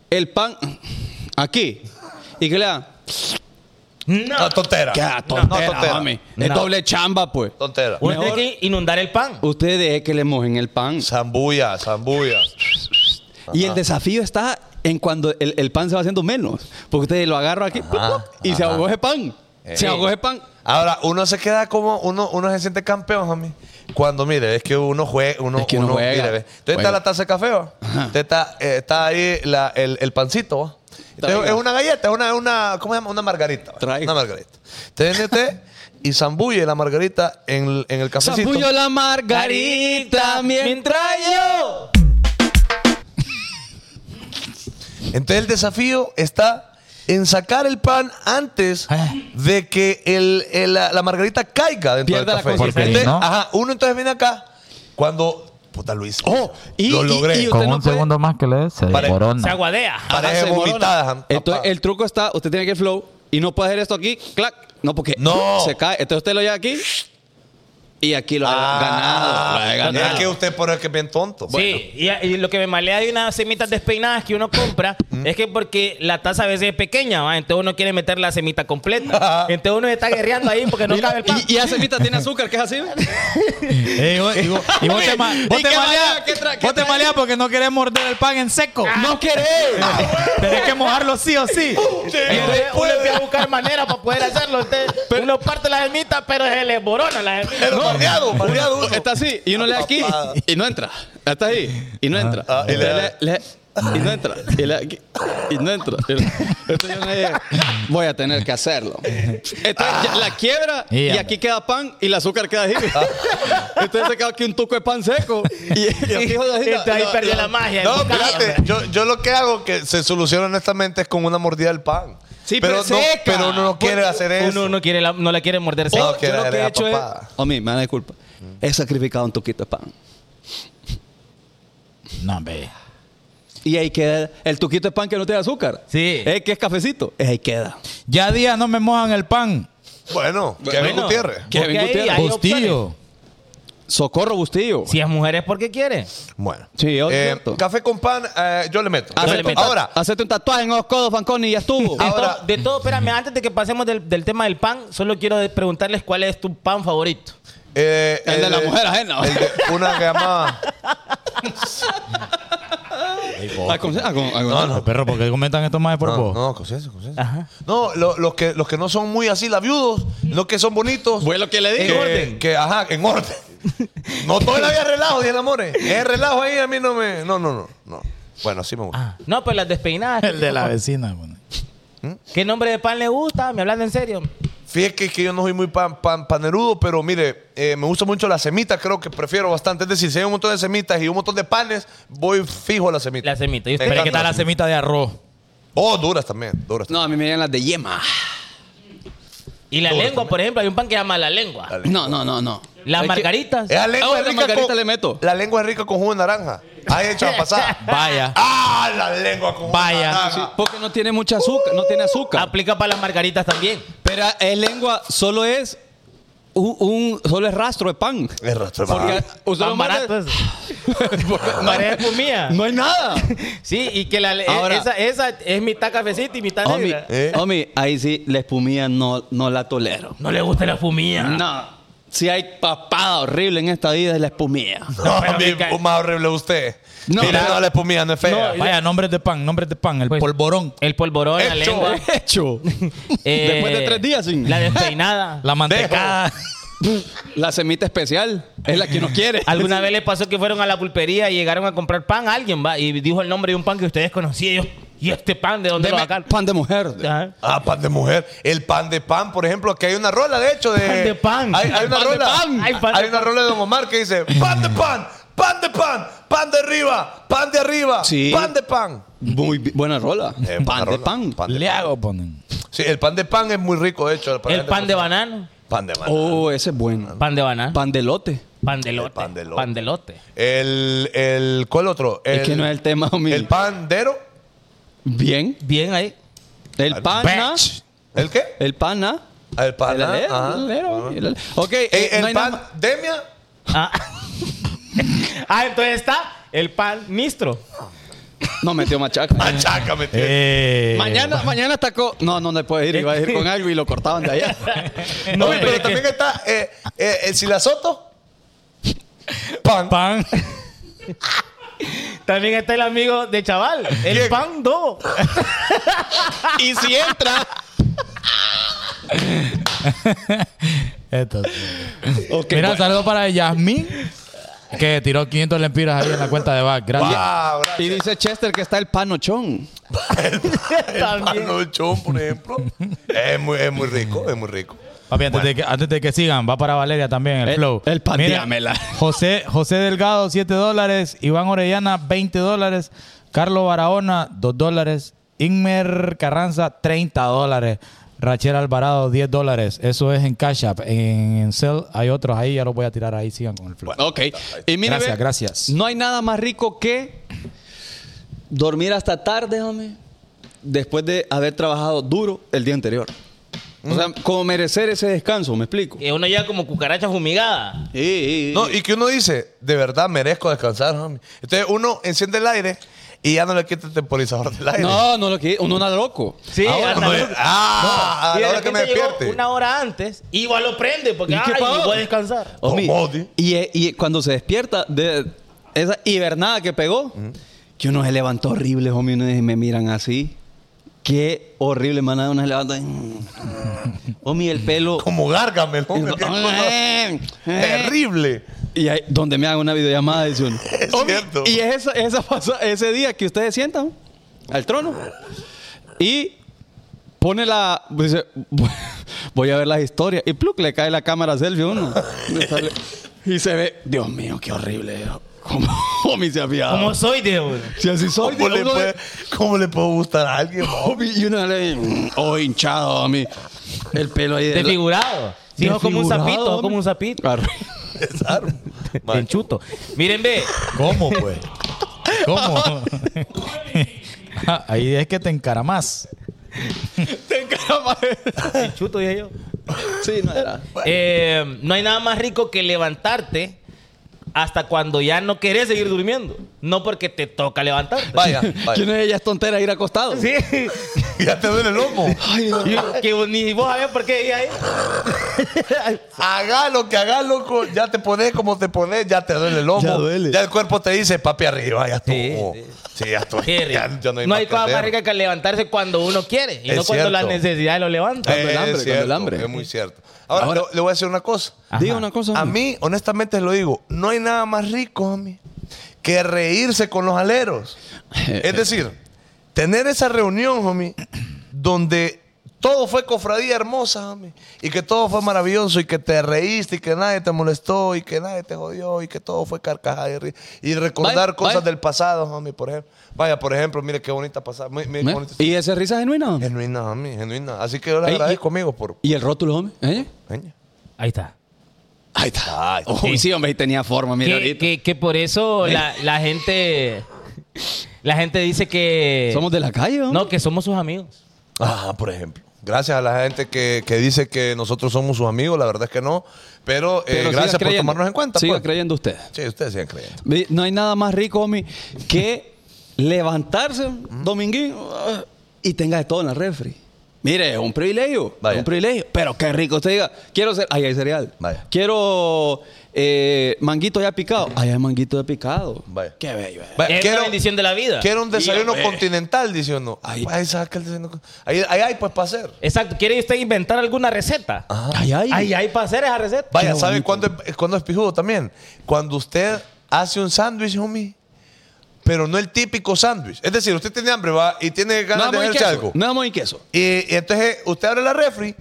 el pan aquí. Y que le "Ah, dan.
No.
No, tontera.
Qué tontera, homie. Es
No.
doble chamba, pues.
Tontera.
Uno
Mejor- Uh,
tiene que inundar el pan.
Ustedes dejen que le mojen el pan.
Zambulla, zambulla.
Y el desafío está en cuando el, el pan se va haciendo menos. Porque ustedes lo agarran aquí pop, pop, y se ahogó ese pan. Se
Eh.
ahogó ese pan.
Ahora, uno se queda como, uno, uno se siente campeón, homie. Cuando, mire, es que uno juega, uno,
Es que uno juega.
mire, ve. Entonces
Juega.
está la taza de café, ¿va? Entonces está, eh, está ahí la- el, el pancito, ¿va? Entonces,
Traiga.
es una galleta, es una, una, ¿cómo se llama? Una margarita. ¿va?
Traiga.
Una margarita. Entonces, viene usted y zambulle la margarita en, el- en el cafecito.
Zambullo la margarita mientras yo.
Entonces el desafío está en sacar el pan antes
Ah.
de que el, el- la, la margarita caiga dentro
Pierda
del
la
café.
consistencia.
Entonces,
Porque, ¿no?
ajá, uno entonces viene acá cuando puta lo hice.
Oh, y-
lo
y-
logré.
y- usted
Con
no
un
puede-
segundo más que le des, se
Pare-
Ah, Se
desborona.
aguadea.
Ah,
Pareja
Ajá, se
vomitada,
morona.
papá.
Entonces, el truco está, usted tiene que flow y no puede hacer esto aquí, clac. No, porque
No.
se cae. Entonces usted lo lleva aquí y aquí lo ha ganado. Lo ha
Es
ganado.
Ah, que usted por el que es bien tonto.
Sí, y, y lo que me malea de unas semitas despeinadas que uno compra
Mm.
es que porque la taza a veces es pequeña, ¿va? entonces uno quiere meter la semita completa. Entonces uno se está guerreando ahí porque no
Mira,
cabe el pan.
y, y esa mitad tiene azúcar, que es así.
Ey, vos- eh, y vos- y vos te ma-
¿Y
vos
qué
te
malea? ¿Qué tra-
maleas
qué
vos te
trae?
maleas porque no querés morder el pan en seco.
Ah.
Ah.
no querés.
Tenés que mojarlo sí o sí.
Este
Entonces uno empieza a buscar maneras para poder hacerlo. Entonces, uno parte la semita, pero se le borona la semita.
Pero bardeado, bardeado. uno.
Está así y uno le da aquí
Papada.
y no entra. Está ahí y no entra.
ah, y le da-
Entonces, le- le- y no entra. Y, le da aquí, y no entra. Y le- Entonces yo le dije, voy a tener que hacerlo. Entonces
Ah.
ya la quiebra
Y
y
anda.
aquí queda pan y el azúcar queda ahí.
Ah.
Entonces se queda aquí un tuco de pan seco. Y, y aquí,
Entonces ahí
no,
perdió
no.
la magia.
No,
Buscaba-
espérate, yo, yo lo que hago que se soluciona honestamente es con una mordida del pan.
Sí, pero
no,
seca. Pues,
pero uno no quiere hacer eso.
Uno no, quiere la, no la quiere morder
No,
seca.
que
Yo lo que
era
he hecho es.
papada.
A mí, Oh, me da disculpa. He sacrificado un tuquito de pan.
No, ve.
Y ahí queda el tuquito de pan que no tiene azúcar.
Sí.
Es que es cafecito. Es ahí queda.
Ya días no me mojan el pan. Pues,
Bueno, Kevin
Bueno.
Gutiérrez.
Kevin
Porque ahí
Gutiérrez.
hay opciones.
Hostillo.
Socorro Bustillo.
Si es mujer es porque quiere.
Bueno.
Sí, Ah, es
Eh,
cierto.
Café con pan, eh, yo le meto.
Hacete
Dale,
un
meta.
ta-
Ahora,
hacete un tatuaje en los codos, Fanconi, y ya estuvo.
De,
Ahora-
to- de todo, espérame, antes de que pasemos del, del tema del pan, solo quiero de- preguntarles cuál es tu pan favorito.
eh,
El de la mujer ajena.
el de una que llamaba.
Acon- acon- acon-
Los perros, ¿por qué comentan esto más de por
No,
vos?
no, conciencia, conciencia. No, lo- los, que, los que no son muy así labiudos, los que son bonitos.
Fue Pues lo que le
que,
dije.
que, ajá, en orden. No toda la vida relajo, dije, amores. Es relajo ahí, a mí no me. No, no, no. no. Bueno, así me gusta.
Ah, No, pues las despeinadas.
El de la vecina. bueno.
¿Qué nombre de pan le gusta? ¿Me hablan en serio?
Fíjate que, que yo no soy muy pan, pan- panerudo, pero mire, eh, me gusta mucho la semita, creo que prefiero bastante. Es decir, si hay un montón de semitas y un montón de panes, voy fijo a la semita.
La semita. ¿Y usted?
Me
Pero ¿qué
encanta
tal la semita de arroz?
Oh, duras también, duras.
No, a mí me llegan las de yema.
Y la lengua, por ejemplo, hay un pan que se llama la lengua.
Dale.
No, no, no, no.
Las
Es que-
margaritas.
Esa lengua
Ahora
es
la
rica
Ah, margarita
con,
le meto.
La lengua es rica con jugo de naranja. Ahí hecho la pasada.
Vaya.
¡Ah! La lengua con jugo de
Vaya.
naranja.
Sí, porque no tiene mucha azúcar, no tiene azúcar.
Aplica para las margaritas también.
Pero es lengua, solo es un, un- solo es rastro de pan.
Es rastro de
Porque
pan.
usted lo
Tan
muerde-
barato es.
no,
Parece espumilla.
no hay nada.
Sí, y que la e-
Ahora-
esa, esa es mitad cafecita y mitad
Homie,
negra.
¿Eh?
homie, ahí sí la espumilla no, no la tolero.
No le gusta la
Ah.
espumilla.
No. Si hay papada horrible en esta vida es la espumilla.
No,
pero
mi
me cae-
más horrible usted.
No,
Mira,
pero-
no, la espumilla no es fea.
Vaya, nombres de pan, nombres de pan. El
Pues-
polvorón.
El polvorón, la
Hecho.
lengua.
Hecho. Después de tres días sin-
Eh, La despeinada.
La mantecada.
La semita especial es la que nos quiere.
Alguna vez le pasó que fueron a la pulpería y llegaron a comprar pan a alguien, va, y dijo el nombre de un pan que ustedes conocían. y yo, ¿Y este pan de dónde
Deme
lo sacaron?
pan de mujer.
Ajá.
Ah, pan de mujer. El pan de pan, por ejemplo, que hay una rola, de hecho, de.
Pan de pan.
Hay, hay una
Pan de
rola.
pan.
Hay,
Hay pan de
una
pan.
rola de Don Omar que dice: pan de pan, pan de pan, pan de arriba, pan de arriba,
Sí.
pan de pan.
Muy bi- buena rola.
Eh, buena
pan de
rola.
pan.
Pan de
Le
pan.
hago, ponen.
Sí, el pan de pan es muy rico, de hecho. para la
El
gente
pan de
no-
banano.
Pan de pan.
Oh, ese es bueno.
Pan de banano.
Pan de lote.
Pan de lote.
pan de lote.
Pan de lote.
El, el. ¿Cuál otro? El,
es que no es el tema, homie.
El pandero.
Bien.
Bien ahí.
El pana.
¿El qué?
El pana.
El pan. ah,
El alero,
ajá.
el alero, el alero. Ok.
Eh,
eh, no
el
hay nada
pan. Demia.
Ah. Ah, entonces está el pan mistro.
más. No metió machaca.
Machaca, me tiene.
Eh,
Mañana, mañana está co- No, no le puedo ir. Iba a ir con algo y lo cortaban de allá. Eh,
No,
No,
pero
pero
también está eh, eh, el silasoto. Pan.
Pan.
También está el amigo de chaval. El
¿Quién?
pan do.
y si entra.
Esto sí.
Ok,
Mira,
bueno.
saludo para Yasmín, que tiró 500 lempiras ahí en la cuenta de Back. Gracias.
Wow,
Y dice Chester que está el panochón.
También.
panochón, por ejemplo. es, muy, es muy rico, es muy rico.
Papi, antes, de que, antes de que sigan, va para Valeria también el,
El-
flow.
el pan,
Mira,
dígamela.
José, José Delgado, 7 dólares. Iván Orellana, 20 dólares. Carlos Barahona, 2 dólares. Inmer Carranza, 30 dólares. Rachel Alvarado, 10 dólares. Eso es en Cash App. En Cell hay otros ahí, ya los voy a tirar ahí. Sigan con el flow.
Ok. Y mire,
Gracias,
ve,
gracias.
No hay nada más rico que dormir hasta tarde, hombre, después de haber trabajado duro el día anterior. O sea, como merecer ese descanso, ¿me explico?
Que uno ya como cucaracha fumigada.
Sí, sí, sí.
No, y que uno dice, de verdad merezco descansar, homie. Entonces uno enciende el aire y ya no le quita el temporizador del aire.
no, no lo que uno anda loco.
Sí,
Ahora,
hasta
homie,
luego.
ah, a
Y de
la hora que me
repente llegó
despierte.
Una hora antes, igual lo prende porque
¿Y qué
ay,
pasó?
voy a descansar.
Homie,
Comodi.
y, y cuando se despierta de esa hibernada que pegó, que uno se levantó horrible, homie, uno dice, me miran así. Qué horrible, manada, uno se levanta. y- homie, el pelo.
Como gárgame, homie. qué
"Ah,
cosa
eh".
Terrible.
Y ahí, donde me haga una videollamada, dice uno.
Es cierto.
Y es esa, esa pasa- ese día que ustedes sientan al trono y pone la. Dice, voy a ver las historias. Y pluk, le cae la cámara selfie a uno. Le sale- y se ve, Dios mío, qué horrible. ¿Cómo, homie, se ha fiado?
Como soy, dijo.
Si así soy,
¿Cómo, le
uno de-
puede, ¿Cómo le puedo gustar a alguien, homie?
homie, y uno le oh, hinchado a mí. El pelo ahí de. la-
Desfigurado. Sí, ojo como un
Desfigurado,
sapito, ojo como
homie.
un sapito.
Arre.
Cesar.
Te enchuto. Miren, ve.
¿Cómo, pues? ¿Cómo? Ah, ahí es que te encaramás.
Te encama.
Te enchuto, dije yo.
Sí, no era.
Eh, no hay nada más rico que levantarte hasta cuando ya no querés seguir durmiendo. No porque te toca levantarte.
Vaya,
¿Quién
vaya.
es ella? Es tontera ir acostado.
Sí.
Ya te duele el lomo.
Y- que ni vos sabés por qué ella ahí.
Haga lo que haga, loco. Ya te pones como te pones, ya te duele el lomo.
Ya duele.
Ya el cuerpo te dice, papi, arriba, ya
Sí,
estuvo. Sí, ya estuvo.
Qué rico.
Ya, ya
no hay,
que
cosa más
hacer.
rica que levantarse cuando uno quiere y
Es
no cuando
cierto. Eh,
las necesidades lo levantan.
cuando el hambre,
es
cuando
cierto,
el hambre.
Es muy cierto. Ahora,
Ahora-
le, le voy a decir una cosa.
Diga una cosa.
A
homie.
mí, honestamente lo digo, no hay nada más rico, mí que reírse con los aleros.
Eh,
Es decir, tener esa reunión, homie, donde todo fue cofradía hermosa, homie, y que todo fue maravilloso, y que te reíste, y que nadie te molestó, y que nadie te jodió, y que todo fue carcajada y, ri- y recordar
Vaya,
cosas
vaya.
del pasado, homie, por ejemplo. Vaya, por ejemplo, mire qué bonita pasada. mi- mire qué bonita-
¿eh? ¿Y esa risa genuina? homie?
Genuina, homie, genuina. Así que yo les
Ey,
agradezco, amigos, por...
¿Y el rótulo, hombre? ¿Eh?
Ñe.
Ahí está.
Ahí está. Ay,
Sí.
sí, hombre, y tenía forma, mira
Que,
ahorita.
que- que por eso la, la gente la gente dice que
Somos de la calle, hombre.
Eh,
no que somos sus amigos.
Ah, por ejemplo. Gracias a la gente que, que dice que nosotros somos sus amigos, la verdad es que no. Pero, eh,
Pero siga
gracias por
creyendo.
tomarnos en cuenta.
Siga
pues.
creyendo usted.
Sí, ustedes sigan creyendo.
Ve, No hay nada más rico, homie, que levantarse, dominguín, ah, y tenga de todo en la refri. Mire, es un privilegio. Es
Vaya.
un privilegio. Pero qué rico. Usted diga, quiero ser. Ahí hay cereal.
Vaya.
Quiero eh, manguito ya picado. Ahí hay manguito ya picado.
Vaya.
Qué bello. eh.
Va,
Es la bendición de la vida.
quiero un desayuno
Dígame.
continental, dice uno.
Ahí.
Ahí, ahí saca el desayuno. con- Ahí, ahí hay pues para hacer.
Exacto, ¿quiere usted inventar alguna receta?
Ahí hay.
Ay, hay para hacer esa receta.
Vaya, ¿sabe cuándo es, cuándo es pijudo también? Cuando usted hace un sándwich, homie, pero no el típico sándwich. Es decir, usted tiene hambre, va, y tiene ganas
Nada
de
más y
hacerse
queso.
algo.
Nada más y queso.
Y, y entonces usted abre la refri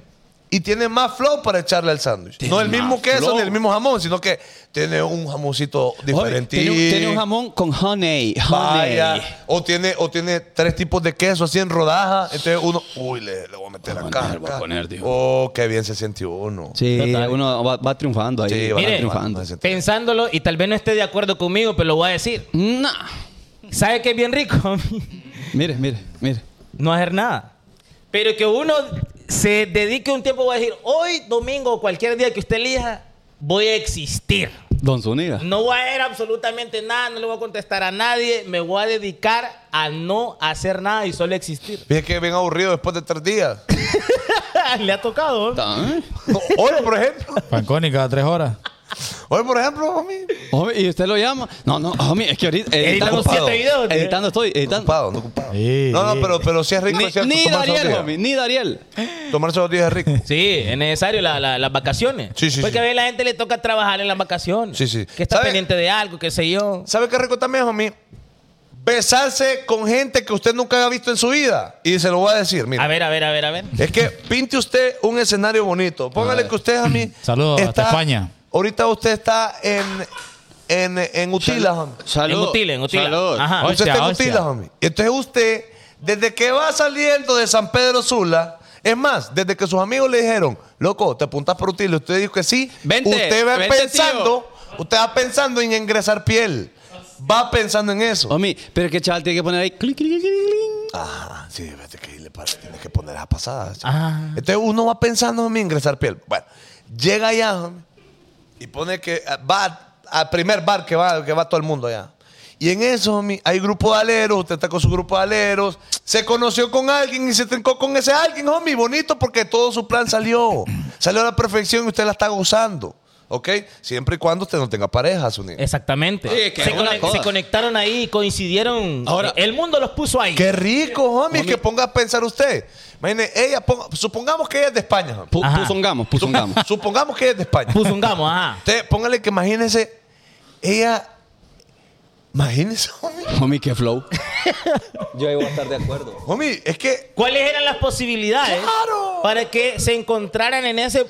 y tiene más flow para echarle al sándwich.
Tiene
No el
más
mismo queso
flow.
ni el mismo jamón, sino que tiene un jamoncito
Oye,
diferente.
Tiene, un- tiene un jamón con honey. honey.
Vaya. O tiene, o tiene tres tipos de queso así en rodaja. Entonces uno, uy, le, le voy a meter
Voy a
acá.
poner, voy a
acá.
poner, tío.
Oh, qué bien se siente uno.
Sí,
Total.
uno va, va triunfando ahí.
Sí,
va
va
Mire,
triunfando.
va
Pensándolo y tal vez no esté de acuerdo conmigo, pero lo voy a decir.
No.
¿Sabe qué es bien rico?
Mire, mire, mire.
no hacer nada. Pero que uno se dedique un tiempo, voy a decir, hoy, domingo, o cualquier día que usted elija, voy a existir.
Don Zuniga.
No voy a hacer absolutamente nada, no le voy a contestar a nadie, me voy a dedicar a no hacer nada y solo existir.
Fíjate que bien aburrido después de tres días.
le ha tocado. ¿no?
Está, ¿eh?
No, hoy, por ejemplo.
Pancónica cada tres horas.
Hoy, por ejemplo, homie.
Homie, ¿Y usted lo llama? No, no, homie, es que ahorita.
Editando
ocupado.
siete videos, tío.
Editando estoy,
No
editando.
ocupado, no ocupado.
Sí,
no,
sí.
no, pero, pero sí es rico,
Ni,
es cierto,
ni
tomarse los
Dariel,
días.
homie, ni Dariel.
Tomarse los días es rico.
Sí, es necesario la- la- las vacaciones.
Sí, sí,
Porque
sí.
a veces la gente le toca trabajar en las vacaciones.
Sí, sí.
Que está
¿Sabe?
pendiente de algo, qué sé yo.
¿Sabe qué rico también, homie? Besarse con gente que usted nunca haya visto en su vida. Y se lo voy a decir,
A
mira.
ver, a ver, a ver, a ver.
Es que pinte usted un escenario bonito. Póngale que usted, homie.
Saludos hasta España.
Ahorita usted está en, en, en Utila, homie.
Salud.
En Utila, en Utila.
Salud.
Ajá.
Oye,
Usted
hostia,
está en
hostia.
Utila, homie. Entonces usted, desde que va saliendo de San Pedro Sula, Es más, desde que sus amigos le dijeron, loco, te apuntas por útil, usted dijo que sí,
Vente,
usted va
vente,
pensando, usted va pensando en ingresar piel. Va pensando en eso.
Omi, pero que chaval tiene que poner ahí. clic, clic, clic, clic.
Ah, sí, vete que ahí le pasa, tienes que poner las pasadas. chico. Entonces uno va pensando en ingresar piel. Bueno, llega allá homie, y pone que ah, va al primer bar que va, que va todo el mundo allá. Y en eso, homie, hay grupo de aleros, usted está con su grupo de aleros, se conoció con alguien y se trincó con ese alguien, homie, bonito porque todo su plan salió. Salió a la perfección y usted la está gozando. ¿Ok? Siempre y cuando usted no tenga pareja, su niño.
Exactamente.
Sí, que
se,
es una
conec-
cosa.
se conectaron ahí y coincidieron.
Ahora-
el mundo los puso ahí.
Qué rico, homie,
Homie.
que ponga a pensar usted. Imagine, ella, ponga- supongamos que ella es de España, homie.
Pu-
Ajá.
Pusongamos, pusongamos.
Supongamos que es de España.
Puso un gamo, ajá.
Usted, póngale que imagínese, ella. Imagínese, homie.
Omi, qué flow. Yo ahí voy a estar de acuerdo.
Homie, es que.
¿Cuáles eran las posibilidades
¡Claro!
para que se encontraran en ese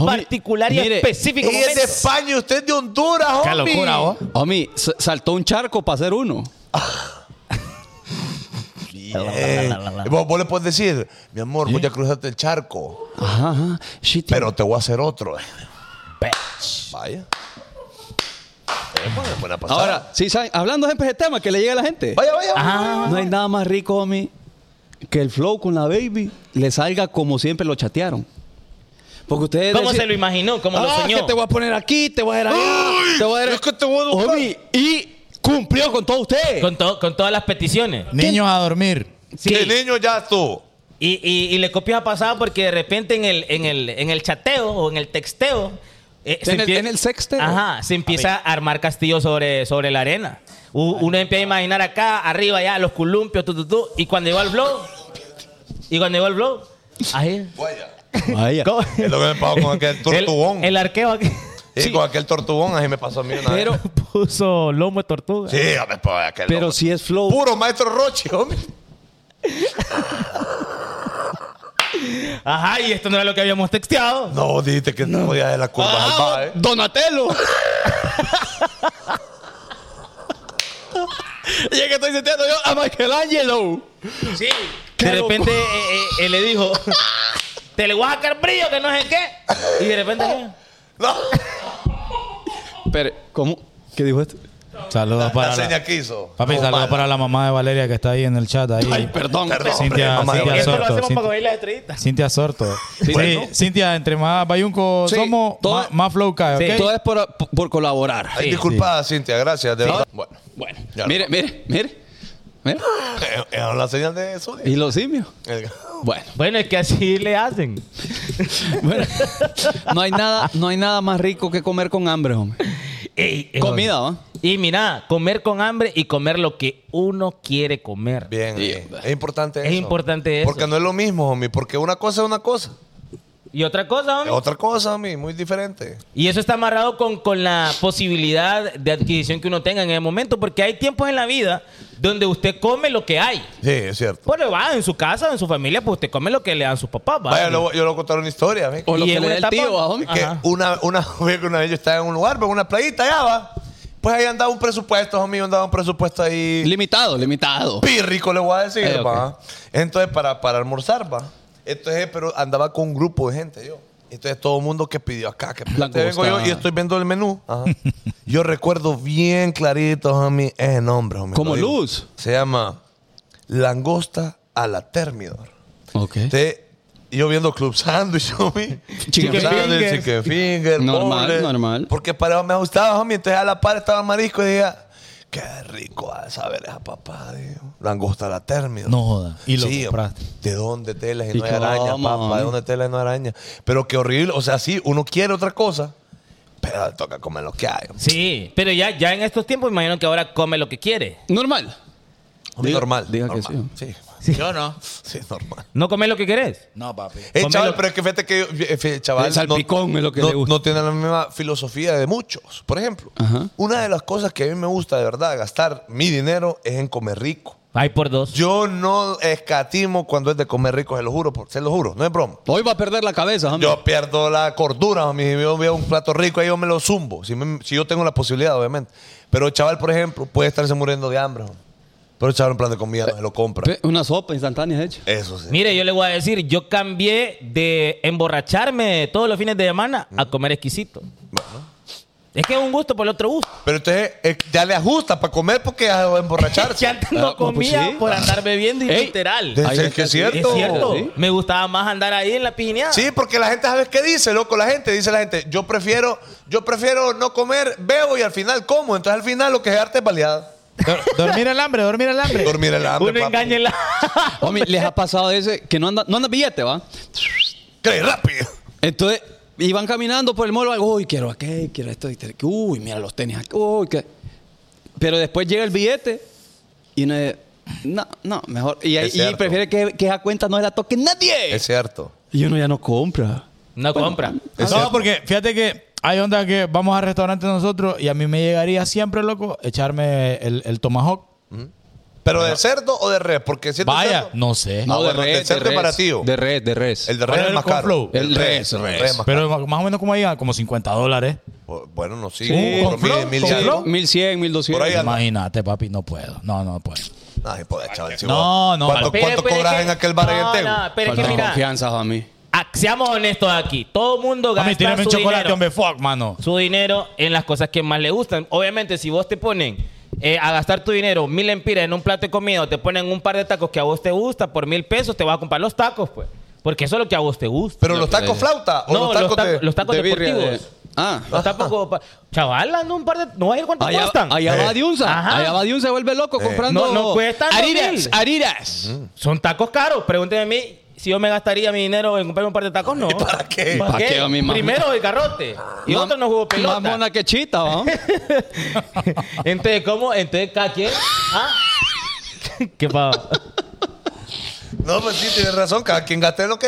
Homie,
particular y
mire,
específico
Ella es de
momento?
España y usted es de Honduras, homie.
Qué locura, vos.
Omi, s- saltó un charco para hacer uno.
Bien. Vos, vos le puedes decir, mi amor, voy a cruzarte el charco,
Ajá, ajá. Shit.
pero te voy a hacer otro. Vaya. Eh, buena- buena pasada.
Ahora, sí, ¿saben? hablando siempre de ese tema que le llega a la gente.
Vaya, vaya.
Ah.
No hay nada más rico, Omi, que el flow con la baby le salga como siempre lo chatearon. Porque ustedes.
¿Cómo
decían-
se lo imaginó? ¿Cómo lo
Ah,
soñó?
que te voy a poner aquí, te voy a ir allá. te voy a ir...
es que te voy a educar.
Omi, y cumplió con todo usted.
Con, to- con todas las peticiones.
Niños a dormir.
Sí. El niño ya estuvo.
Y, y- y le copias a pasada porque de repente en el, en el, en el chateo o en el texteo. eh,
En el-
empie-
en el sexteo.
Ajá, se empieza a armar castillo sobre, sobre la arena. U- uno empieza a imaginar acá, arriba, allá, los columpios, tu, tu, tu, y cuando llegó al blog. Y cuando llegó al blog. Ahí.
Vaya.
Vaya.
¿cómo?
Es lo que me pasó con aquel tortugón.
El, el arqueo aquí
Sí, con aquel tortugón, así me pasó a mí una
Pero,
vez.
puso lomo de tortuga.
Sí, hombre, pues, aquel
pero
loco.
si es flow.
Puro maestro Rochi, hombre.
Ajá, y esto no era lo que habíamos texteado.
No, dijiste que no podías de la curva
Ah,
salvada, ¿eh?
Donatello. y es que estoy sintiendo yo a Michelangelo.
Sí.
Qué
De repente eh, eh, él le dijo, te le voy a sacar brillo que no sé qué. Y de repente, eh, ¿qué?
No,
Pero, ¿cómo? ¿Qué dijo este? esto?
Saludos
la
para
seña
la,
que hizo.
papi,
No,
saludos
mala.
para la mamá de Valeria que está ahí en el chat. Ahí.
Ay, perdón.
Perdón, hombre,
Cintia,
mamá de
Cintia
Valeria.
esto lo
Sorto,
hacemos
sí.
para comer las estrellitas.
Cintia Sorto. Sí,
bueno.
Cintia, entre más bayunco
Sí,
somos,
todo-
más, más flow cae, ¿ok?
Todo es por, por colaborar.
Ay,
Sí,
disculpa, Cintia, gracias, de verdad. Bueno,
Bueno,
Ya
mire,
no.
mire, mire, mire.
eh, eh, la señal de Eh, eso.
¿Y los simios?
El-
Bueno,
Bueno, es que así le hacen.
bueno. No hay nada, no hay nada más rico que comer con hambre, hombre.
Ey, ey,
Comida, ¿va?
Y mira, comer con hambre y comer lo que uno quiere comer.
Bien,
Sí,
eh,
hombre.
es importante
Es
eso.
importante eso.
Porque no es lo mismo, homie. Porque una cosa es una cosa.
Y otra cosa,
Es
hombre.
otra cosa, homie. Muy diferente.
Y eso está amarrado con, con la posibilidad de adquisición que uno tenga en el momento, porque hay tiempos en la vida donde usted come lo que hay.
Sí, es cierto.
Bueno, va, en su casa, en su familia, pues usted come lo que le dan sus papás, va.
Vaya, lo- yo le voy a contar una historia, homie.
O lo
Y
que
en
le
una
dé el
etapa-
tío, ¿va, hombre?
que
Ajá.
una, una, vez que una vez yo estaba en un lugar, pues, en una playita allá va. Pues ahí andaba un presupuesto, homie, andaba un presupuesto ahí
Limitado, limitado.
pírrico, le voy a decir,
Eh, ok.
va. Entonces, para, para almorzar, va. Entonces, pero andaba con un grupo de gente, yo. Entonces, todo el mundo que pidió acá, que pidió. Entonces, vengo yo
Langosta.
y estoy viendo el menú. Ajá. yo recuerdo bien clarito, homie, es el nombre, homie.
Como
lo digo.
luz.
Se llama Langosta a la Termidor.
Ok.
Entonces, yo viendo Club Sandwich, homie.
Chicken
Club Sandwich,
fingers.
Chicken Finger,
Normal,
bowls.
normal.
Porque para me gustaba, homie. Entonces, a la par estaba el marisco y decía, qué rico a saber esa papá, digo. Langosta a la término.
No joda. Y lo
Sí,
compraste.
¿De dónde telas y
¿Y
no hay araña,
cómo,
papá? ¿De
homie?
dónde telas y no hay araña? Pero qué horrible. O sea, sí, uno quiere otra cosa, pero toca comer lo que hay.
Sí, pero ya, ya en estos tiempos imagino que ahora come lo que quiere.
Normal.
Homie,
Diga-
normal.
diga que
normal. sí.
Yo no.
Sí, normal.
¿No comes lo que querés?
No, papi.
Eh,
Comelo-
chaval, pero es que fíjate que yo- eh, fí- chaval,
El salpicón es lo que
no,
le gusta.
no tiene la misma filosofía de muchos. Por ejemplo,
Ajá.
una de las cosas que a mí me gusta de verdad gastar mi dinero es en comer rico.
Ay, por dos.
Yo no escatimo cuando es de comer rico, se lo juro, por- se lo juro, no es broma.
Hoy va a perder la cabeza, hombre.
Yo pierdo la cordura, homie. Si yo veo un plato rico, ahí yo me lo zumbo. Si, me- si yo tengo la posibilidad, obviamente. Pero chaval, por ejemplo, puede estarse muriendo de hambre. homie. Pero echaron plan de comida, no se lo compra.
Pe- Una sopa instantánea, de hecho.
Eso sí.
Mire, yo le voy a decir, yo cambié de emborracharme todos los fines de semana a comer exquisito. Es que es un gusto por el otro gusto.
Pero entonces eh, ya le ajusta para comer porque ya va a emborracharse.
Que antes no
Ah, pues
comía
sí.
por andar bebiendo y
Ey.
literal.
De-
Ahí
es
está,
que es
sí. Es
cierto.
Es cierto.
Sí.
Me gustaba más andar ahí en la piña.
Sí, porque la gente, ¿sabes qué dice, loco? La gente, dice la gente, yo prefiero, yo prefiero no comer, bebo y al final como. Entonces al final lo que es arte es baleada.
Dor- dormir el hambre, dormir el hambre.
Dormir el hambre,
Uno
papi.
engaña en la...
Homie, les ha pasado ese que no anda, no anda billete, ¿va?
Cree rápido.
Entonces, iban caminando por el mall, algo, uy, quiero aquel, quiero esto, y te- uy, mira los tenis aquí, uy, que... Pero después llega el billete y no no, no, mejor. Y, ahí-
Es
y
cierto.
prefiere que, que esa cuenta no la toque nadie.
Es cierto.
Y uno ya no compra.
No compra.
Es
No,
cierto.
porque fíjate que hay onda que vamos al restaurante nosotros y a mí me llegaría siempre, loco, echarme el, el tomahawk.
Pero de cerdo o de res, porque si es de
Vaya,
cerdo-
no sé.
No, Ah, bueno, el cerdo es baratillo.
De red, de res.
el de res
¿Cuál era
es
el
más caro.
Conflow?
El res,
el
res.
res es más
Pero ma- más o menos como ahí, como 50 dólares.
caro. Pues, Bueno, no, sí.
Sí,
como
con
mil-
flow,
mil y
con
algo.
flow. 1100, 1200.
Por ahí anda.
Imagínate, papi, no puedo. No, no puedo.
Ay, joder, chaval. si
No,
vos-
no,
¿Cuánto,
pero-
cuánto
Pero- pero es
cobras
que-
en aquel bar ahí en
No,
Tegu?
no, pero es
Falta
que mira,
confianza a mí.
ah, seamos honestos aquí. Todo mundo
A
gasta
mí, tírame un
su
chocolate,
dinero.
hombre, fuck, mano.
su dinero en las cosas que más le gustan. Obviamente, si vos te ponen eh, a gastar tu dinero mil lempiras en un plato de comida o te ponen un par de tacos que a vos te gusta por mil pesos, te vas a comprar los tacos, pues. Porque eso es lo que a vos te gusta.
Pero los tacos flauta o
no,
los tacos de.
los tacos
de birria,
deportivos.
de- Ah.
Los tacos como pa- Chaval, anda un par de... No va a ir cuánto
Allá,
cuestan.
allá
Eh.
va Diunza.
Ajá.
Allá va Diunza, se vuelve loco comprando.
No, no cuestan dos
Ariras,
mil.
Ariras.
Son tacos caros. Pregúnteme a mí si yo me gastaría mi dinero en comprarme un par de tacos. No.
para qué?
¿Para
¿Para
qué?
qué, mi mamá?
Primero el garrote. Y
Mam-
otro no jugó pelota.
Más mona que chita, ¿va?
Entonces, ¿cómo? Entonces, ¿cada quien? ¿Ah? ¿Qué pasa?
No, pues sí, tienes razón. Cada quien gaste lo que.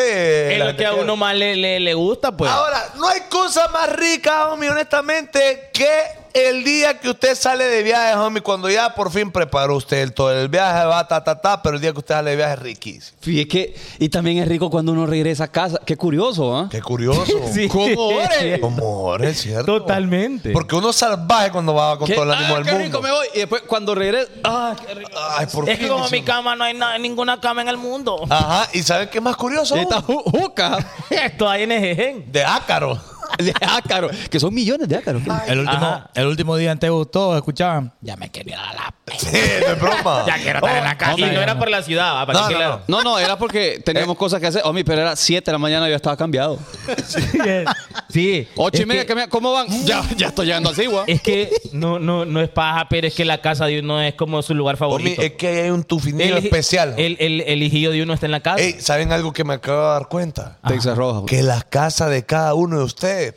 Es
Eh, la
lo
gente
que a
quiera.
uno más le, le, le gusta, pues.
Ahora, no hay cosa más rica, homie, honestamente, que el día que usted sale de viaje, homie, cuando ya por fin preparó usted el todo el viaje, va, ta, ta, ta, pero el día que usted sale de viaje es riquísimo.
Y, es que, y también es rico cuando uno regresa a casa. Qué curioso, ¿ah?
Qué curioso.
Sí.
¿Cómo ore?
Como ahora, es cierto.
Totalmente.
Porque uno es salvaje cuando va con
¿Qué?
todo el ánimo
Ah,
del
qué
mundo.
rico me voy. Y después cuando regreso. Ah, qué rico.
Ay, por
es
fin,
que como
dice
mi
uno.
cama no hay na- ninguna cama en el mundo.
Ajá, ¿y saben qué es más curioso?
Esta ju- juca
Esto hay en Ejején.
De ácaro.
de ácaro. Que son millones de ácaros.
El último,
Ajá.
el último día en Tegu, todos escuchaban. Ya me quería dar la p.
Sí, no es broma.
Ya quiero estar en la casa.
Y Oh, no era por la ciudad, ¿va? para
No,
que
no,
claro.
no.
No, no, era porque teníamos cosas que hacer. Omi, pero era 7 de la mañana y yo estaba cambiado.
Sí.
8 y
Es
media,
que-
que Mm. me- ¿cómo van? Ya, ya estoy llegando así, guau.
Es que no, no, no es paja, pero es que la casa de uno es como su lugar
Homie,
favorito.
es que ahí hay un tufinillo
hij-
especial.
El, el, el hijillo de uno está en la casa.
Ey, ¿saben algo que me acabo de dar cuenta?
Ah.
Texas Roja.
que la casa de cada uno de ustedes,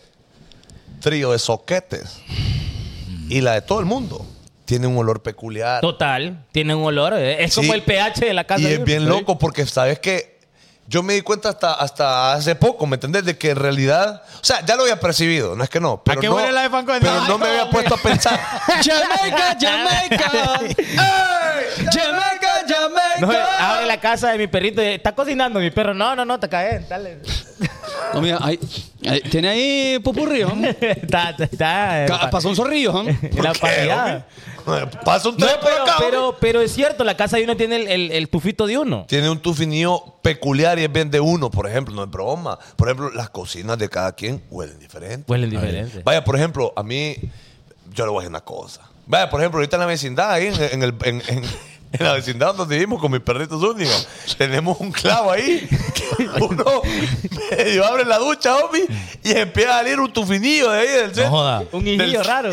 trío de soquetes y la de todo el mundo, tiene un olor peculiar.
Total. Tiene un olor. eh. Es como
Sí.
el pH de la casa
Y
de
es
uno.
bien loco porque sabes que yo me di cuenta hasta, hasta hace poco, ¿me entendés? De que en realidad, o sea, ya lo había percibido, no es que no, pero,
qué
no,
huele la de Fanconi?
pero
Ay,
no me había
hombre.
puesto a pensar.
Jamaica, Jamaica. ¡Ey! Jamaica, Jamaica.
No, eh, abre la casa de mi perrito. y, Está cocinando mi perro. No, no, no, te caes. Dale.
No, mira, ahí- ahí- tiene ahí popurrí, ¿no?
está, está, está. eh,
Ca- Pasó un zorrillo, ¿no?
la
¿Qué,
paridad.
hombre? Pasa un
No,
tren por
pero,
acá. hombre.
pero, pero es cierto, la casa de uno tiene el, el- el tufito de uno.
Tiene un tufinillo peculiar y es bien de uno, por ejemplo, no es broma. Por ejemplo, las cocinas de cada quien huelen diferente.
Huelen diferente.
Vaya, por ejemplo, a mí, yo le voy a decir una cosa. Vaya, por ejemplo, ahorita en la vecindad, ahí en, en el- en- en- en la vecindad donde vivimos con mis perritos únicos, tenemos un clavo ahí que uno medio abre la ducha, homie, y empieza a salir un tufinillo de ahí del
No
centro,
joda.
Un hijillo
Del-
raro.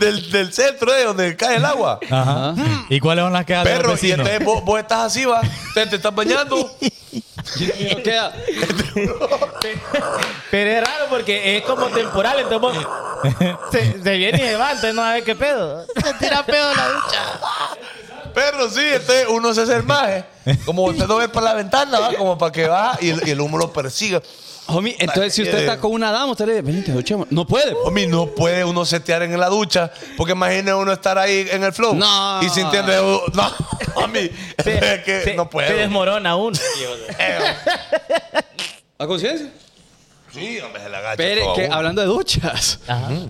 del, del centro de donde cae el agua.
Ajá. ¿Y cuáles son las quejas de los
Perro, y este
vecinos?
entonces vos, vos estás así, va, te, te estás bañando.
Queda-
Pero es raro porque es como temporal, entonces vos- se, se viene y se va, entonces no sabes qué pedo. Se tira pedo la ducha.
Perro, sí, entonces uno se hace el maje. Como usted no ve por la ventana, va, como para que baja y el, y el humo lo persiga.
Homie, entonces si usted está con una dama, usted le dice, vení, te duchemos. No puede.
Homie, no puede uno setear en la ducha, porque imagina uno estar ahí en el flow
No.
y sintiendo. eh, No, homie, es que
se-
no Eh,
Se
puedo.
desmorona uno.
¿A conciencia?
Sí, hombre, se la agacha.
Pero
todo
que
uno.
hablando de duchas,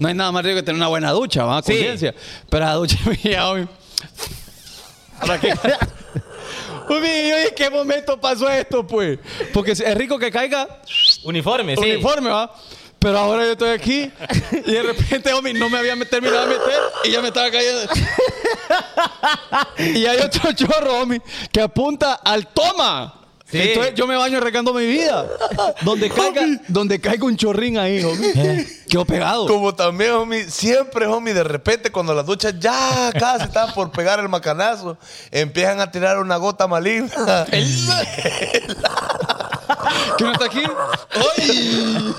no hay nada más rico que tener una buena ducha, ¿va?
Sí.
Conciencia. Pero la ducha mía hoy. ¿Para qué? Uy, oye, ¿qué momento pasó esto, pues? Porque es rico que caiga
Uniforme, sí.
uniforme, ¿va? Pero ahora yo estoy aquí y de repente, homie, no me había met- terminado de meter y ya me estaba cayendo. y hay otro chorro, homie, que apunta al toma.
Sí.
Entonces yo me baño arrancando mi vida. Donde caiga, donde caiga un chorrín ahí, homie. Quedó pegado.
Como también, homie, siempre, homie, de repente cuando las duchas ya casi están por pegar el macanazo, empiezan a tirar una gota maligna.
¿Que no está aquí?
¡Ay!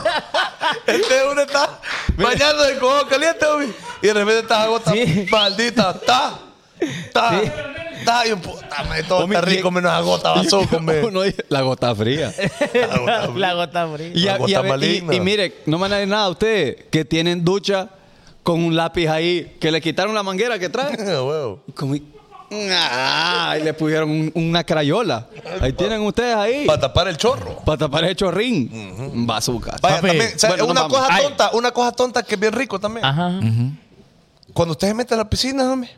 Este uno está bañando de cojo caliente, homie, y de repente está la gota
Sí.
maldita. ¡Ta! ¡Ta!
Sí.
¡Ta! Y puta, me todo
Homie,
está rico
y-
menos la gota bazuco, me.
Uno dice, la gota fría.
La gota-
La gota fría.
Y, a-
Una
y a
gota
ver- y-
maligna.
y mire, no me nadie nada ustedes que tienen ducha con un lápiz ahí, que le quitaron la manguera que trae.
Huevo.
Como- Ah, y le pusieron un- una crayola. Ahí tienen ustedes ahí.
Para tapar el chorro.
Para tapar el chorrín. Bazooka.
Vaya,
Papi.
también, o sea,
Bueno, nos
una
vamos.
cosa
Ay.
tonta, una cosa tonta que es bien rico también.
Ajá.
Cuando usted se mete a la piscina, homie,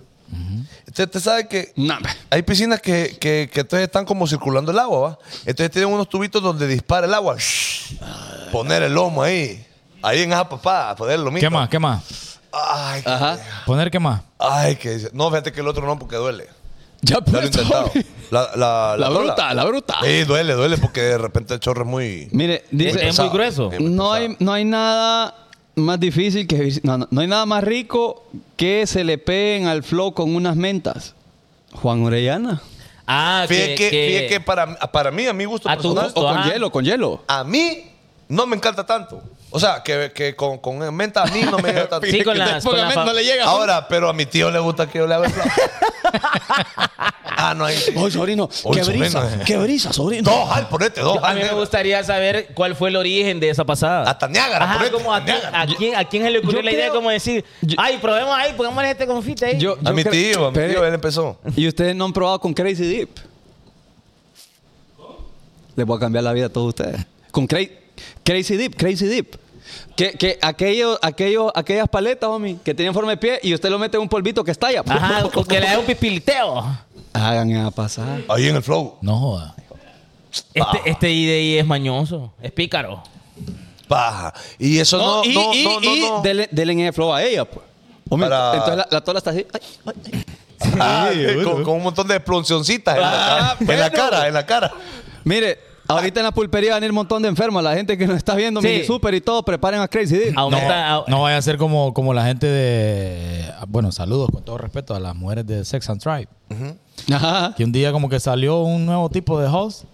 usted, usted sabe que
Nah, hombre.
hay piscinas que, que, que entonces están como circulando el agua, ¿va? Entonces tienen unos tubitos donde dispara el agua. Shhh. Poner el lomo ahí. Ahí en esa papada, poner el lomito.
¿Qué más? ¿Qué más?
Ay, qué-
Ajá.
¿Poner qué más?
ay, que No, fíjate que el otro no, porque duele.
Ya
Ya lo he
puesto,
intentado.
homie.
La, la, Eh,
La
rola.
bruta, la bruta.
Sí, duele, duele, porque de repente el chorro es muy.
Mire,
Es,
eh,
dice,
es muy grueso.
Sí.
no hay, no hay nada más difícil que vivir- no, no, no hay nada más rico que se le peguen al flow con unas mentas. Juan Orellana.
Ah,
Fíjate que,
que, que-
fíjate que para, para mí, a mi gusto
A tu
personal,
gusto.
O con
Ajá.
hielo, con hielo.
a mí no me encanta tanto. O sea, que, que con, con menta a mí no me encanta tanto.
Sí, con
Que te
las-
ponga
con las
men-
fa-
no le llega.
Ahora, pero a mi tío le gusta que yo le haga el plato. ah, no hay.
Oye, sobrino,
Oy,
qué
sobrino,
brisa,
eh.
qué brisa, sobrino.
Dos al, ponete, dos
Yo- a
al.
mí me
negro.
gustaría saber cuál fue el origen de esa pasada.
Hasta Niágara,
Ajá,
ponete,
como a,
hasta
quién- a
Niágara.
quién, a quién se le ocurrió
Yo
la idea
creo-
como decir,
yo-
ay, probemos ahí, pongámosle este confite ahí.
Yo-
A mi
creo-
tío, a mi
Espere.
tío, él empezó.
¿Y ustedes no han probado con Crazy Dip? Les voy a cambiar la vida a todos ustedes. Con Cra- Crazy Dip, Crazy Dip. Que, que aquello, aquello- aquellas paletas, homie, que tienen forma de pie y usted lo mete en un polvito que estalla. pues.
Ajá, o que le dé un pipiliteo.
Hagan a pasar.
Ahí en el flow.
No joda.
Ah.
Este, este IDI es mañoso, es pícaro.
Paja. Y eso no, no,
y,
no,
y-
no,
y
no.
Denle, denle en el flow a ella, pues. Homie,
Para-
Entonces la, la tola está así. Ay, ay, ay.
Ah, con, con un montón de explosioncitas
Ah,
en, la, cara, en la cara, en la cara.
Mire, ahorita en la pulpería van a ir un montón de enfermos. La gente que nos está viendo,
Sí.
mini super y todo, preparen a Crazy Dip.
Aumenta. au-
No vaya a ser como, como la gente de. ah, Bueno, saludos con todo respeto a las mujeres de Sex and Tribe.
Ah.
Ajá.
Que un día como que salió un nuevo tipo de host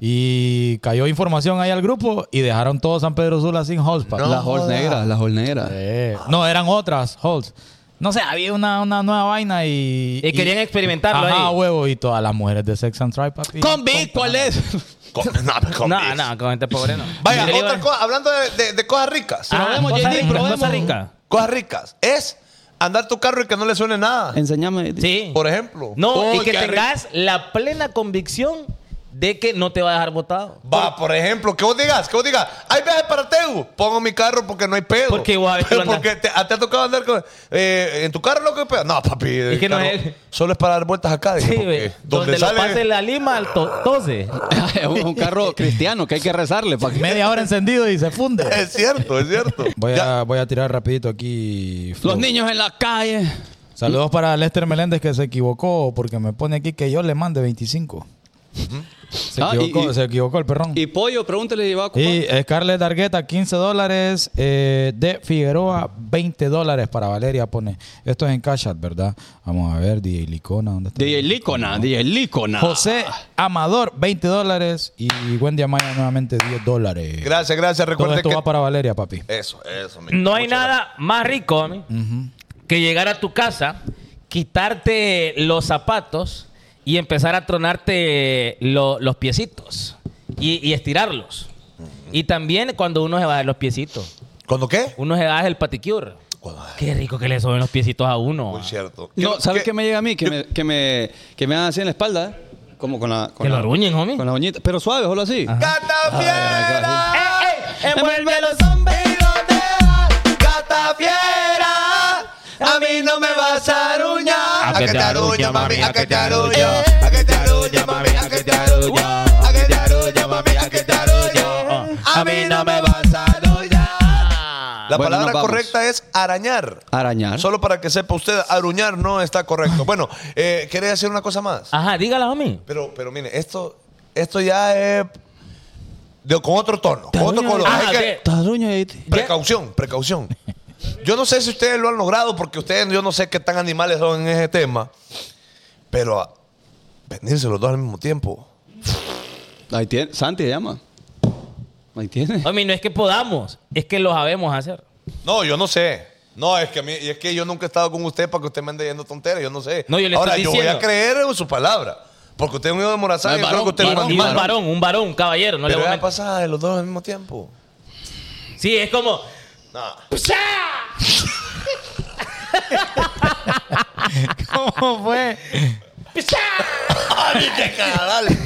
y cayó información ahí al grupo y dejaron todo San Pedro Sula sin host. pa.
las hol negras, las hol negras.
Eh, no, eran otras hosts. No sé, había una, una nueva vaina y...
Y querían experimentarlo
Ajá,
ahí.
huevo. Y todas las mujeres de Sex and Tribe, papi.
Con Vic, ¿cuál es?
Con- no, con
No,
Dios.
no, con gente pobre no.
Vaya,
Yo le digo-
otra cosa, hablando de, de- de cosas ricas.
Ah,
Probemos,
cosa
Jenny,
rica,
probemos.
cosa rica.
Cosas ricas. Es andar tu carro y que no le suene nada.
Enséñame.
Sí.
Por ejemplo.
No,
Oh,
y que
qué rico.
tengas la plena convicción de que no te va a dejar botado.
Va, por ejemplo, que vos digas, que vos digas, hay viaje para Tegu, pongo mi carro porque no hay pedo.
Porque vos habéis que lo
Porque te, te ha tocado andar con, eh, en tu carro loco hay pedo. No, papi, el
que no
carro
es-
solo es para dar vueltas acá. dije,
Sí,
porque
ve, Donde, lo pase la lima, al to- tose.
es un un carro cristiano que hay que rezarle. pa' que-
Media hora encendido y se funde.
Es cierto, es cierto.
Voy
Ya,
a, voy a tirar rapidito aquí. flow.
Los niños en la calle.
Saludos para Lester Meléndez que se equivocó porque me pone aquí que yo le mande 25. Se
Ah, y-
equivocó,
y-
se equivocó el perrón.
Y Pollo, pregúntele, llevaba
Y eh, Scarlett Argueta, 15 dólares. eh, de Figueroa, 20 dólares para Valeria, pone. Esto es en Cash App, ¿verdad? Vamos a ver, DJ Licona, ¿dónde está?
DJ Lícona, DJ Lícona.
José Amador, 20 dólares. Y Wendy Amaya, nuevamente, 10 dólares.
gracias, gracias.
Todo
Recuerden
esto
que.
va para Valeria, papi.
Eso, eso. mi-
No hay
muchas
nada más rico a mí, que llegar a tu casa, quitarte los zapatos y empezar a tronarte lo- los piecitos y, y estirarlos. Y también cuando uno se va de los piecitos.
gracias. ¿Cuándo qué?
Uno se da el paticure.
Cuando-
Qué rico que le suben los piecitos a uno.
Muy cierto.
No, ¿sabes qué
que
me llega a mí? Que me, que me, que me hagan así en la espalda, ¿eh? Como con la. Con
Que lo
la-
arruñen, homie.
Con la uñita. Pero suave, solo así.
¡Cata fiera!
¡Ey, ey! ¡Eh, Envuelve a los hombres.
Y no te das, gata fiera. A mí no me vas a aruñar. A Ah, que te aruña, mami, a que te aruño.
Eh,
A que te aruña, mami, a que te aruño. A que te aruña, mami, a que te
eh,
aruño. A mí no me vas a aruñar. La
Bueno,
palabra
nos vamos.
correcta es arañar.
Arañar.
Solo para que sepa usted, aruñar no está correcto. Bueno, eh, ¿quiere decir una cosa más?
Ah.
Ajá, dígala, homie.
Pero, pero mire, esto, esto ya es de- con otro tono, con otro color.
Ah,
Hay que-
de-
Taruño, ahí te-
Precaución, precaución. Yo no sé si ustedes lo han logrado, porque ustedes, yo no sé qué tan animales son en ese tema, pero a- venirse los dos al mismo tiempo.
Ahí tiene. Santi llama. Ahí tiene.
Homie, no es que podamos, es que lo sabemos hacer.
No, yo no sé. No, es que a mí, y es que yo nunca he estado con usted para que usted me ande yendo tonteras, yo no sé.
No, yo le
Ahora,
estoy
yo voy a
diciendo.
creer en su palabra, porque usted es un hijo de Morazán
No,
y
es
yo creo que
varón,
usted es un
Y
animal.
un varón, un varón, un caballero. No le
Pero
voy a
era
mentir.
pasada de los dos al mismo tiempo.
Sí, es como.
Nah.
¿Cómo fue?
¡Ay, qué cara, dale!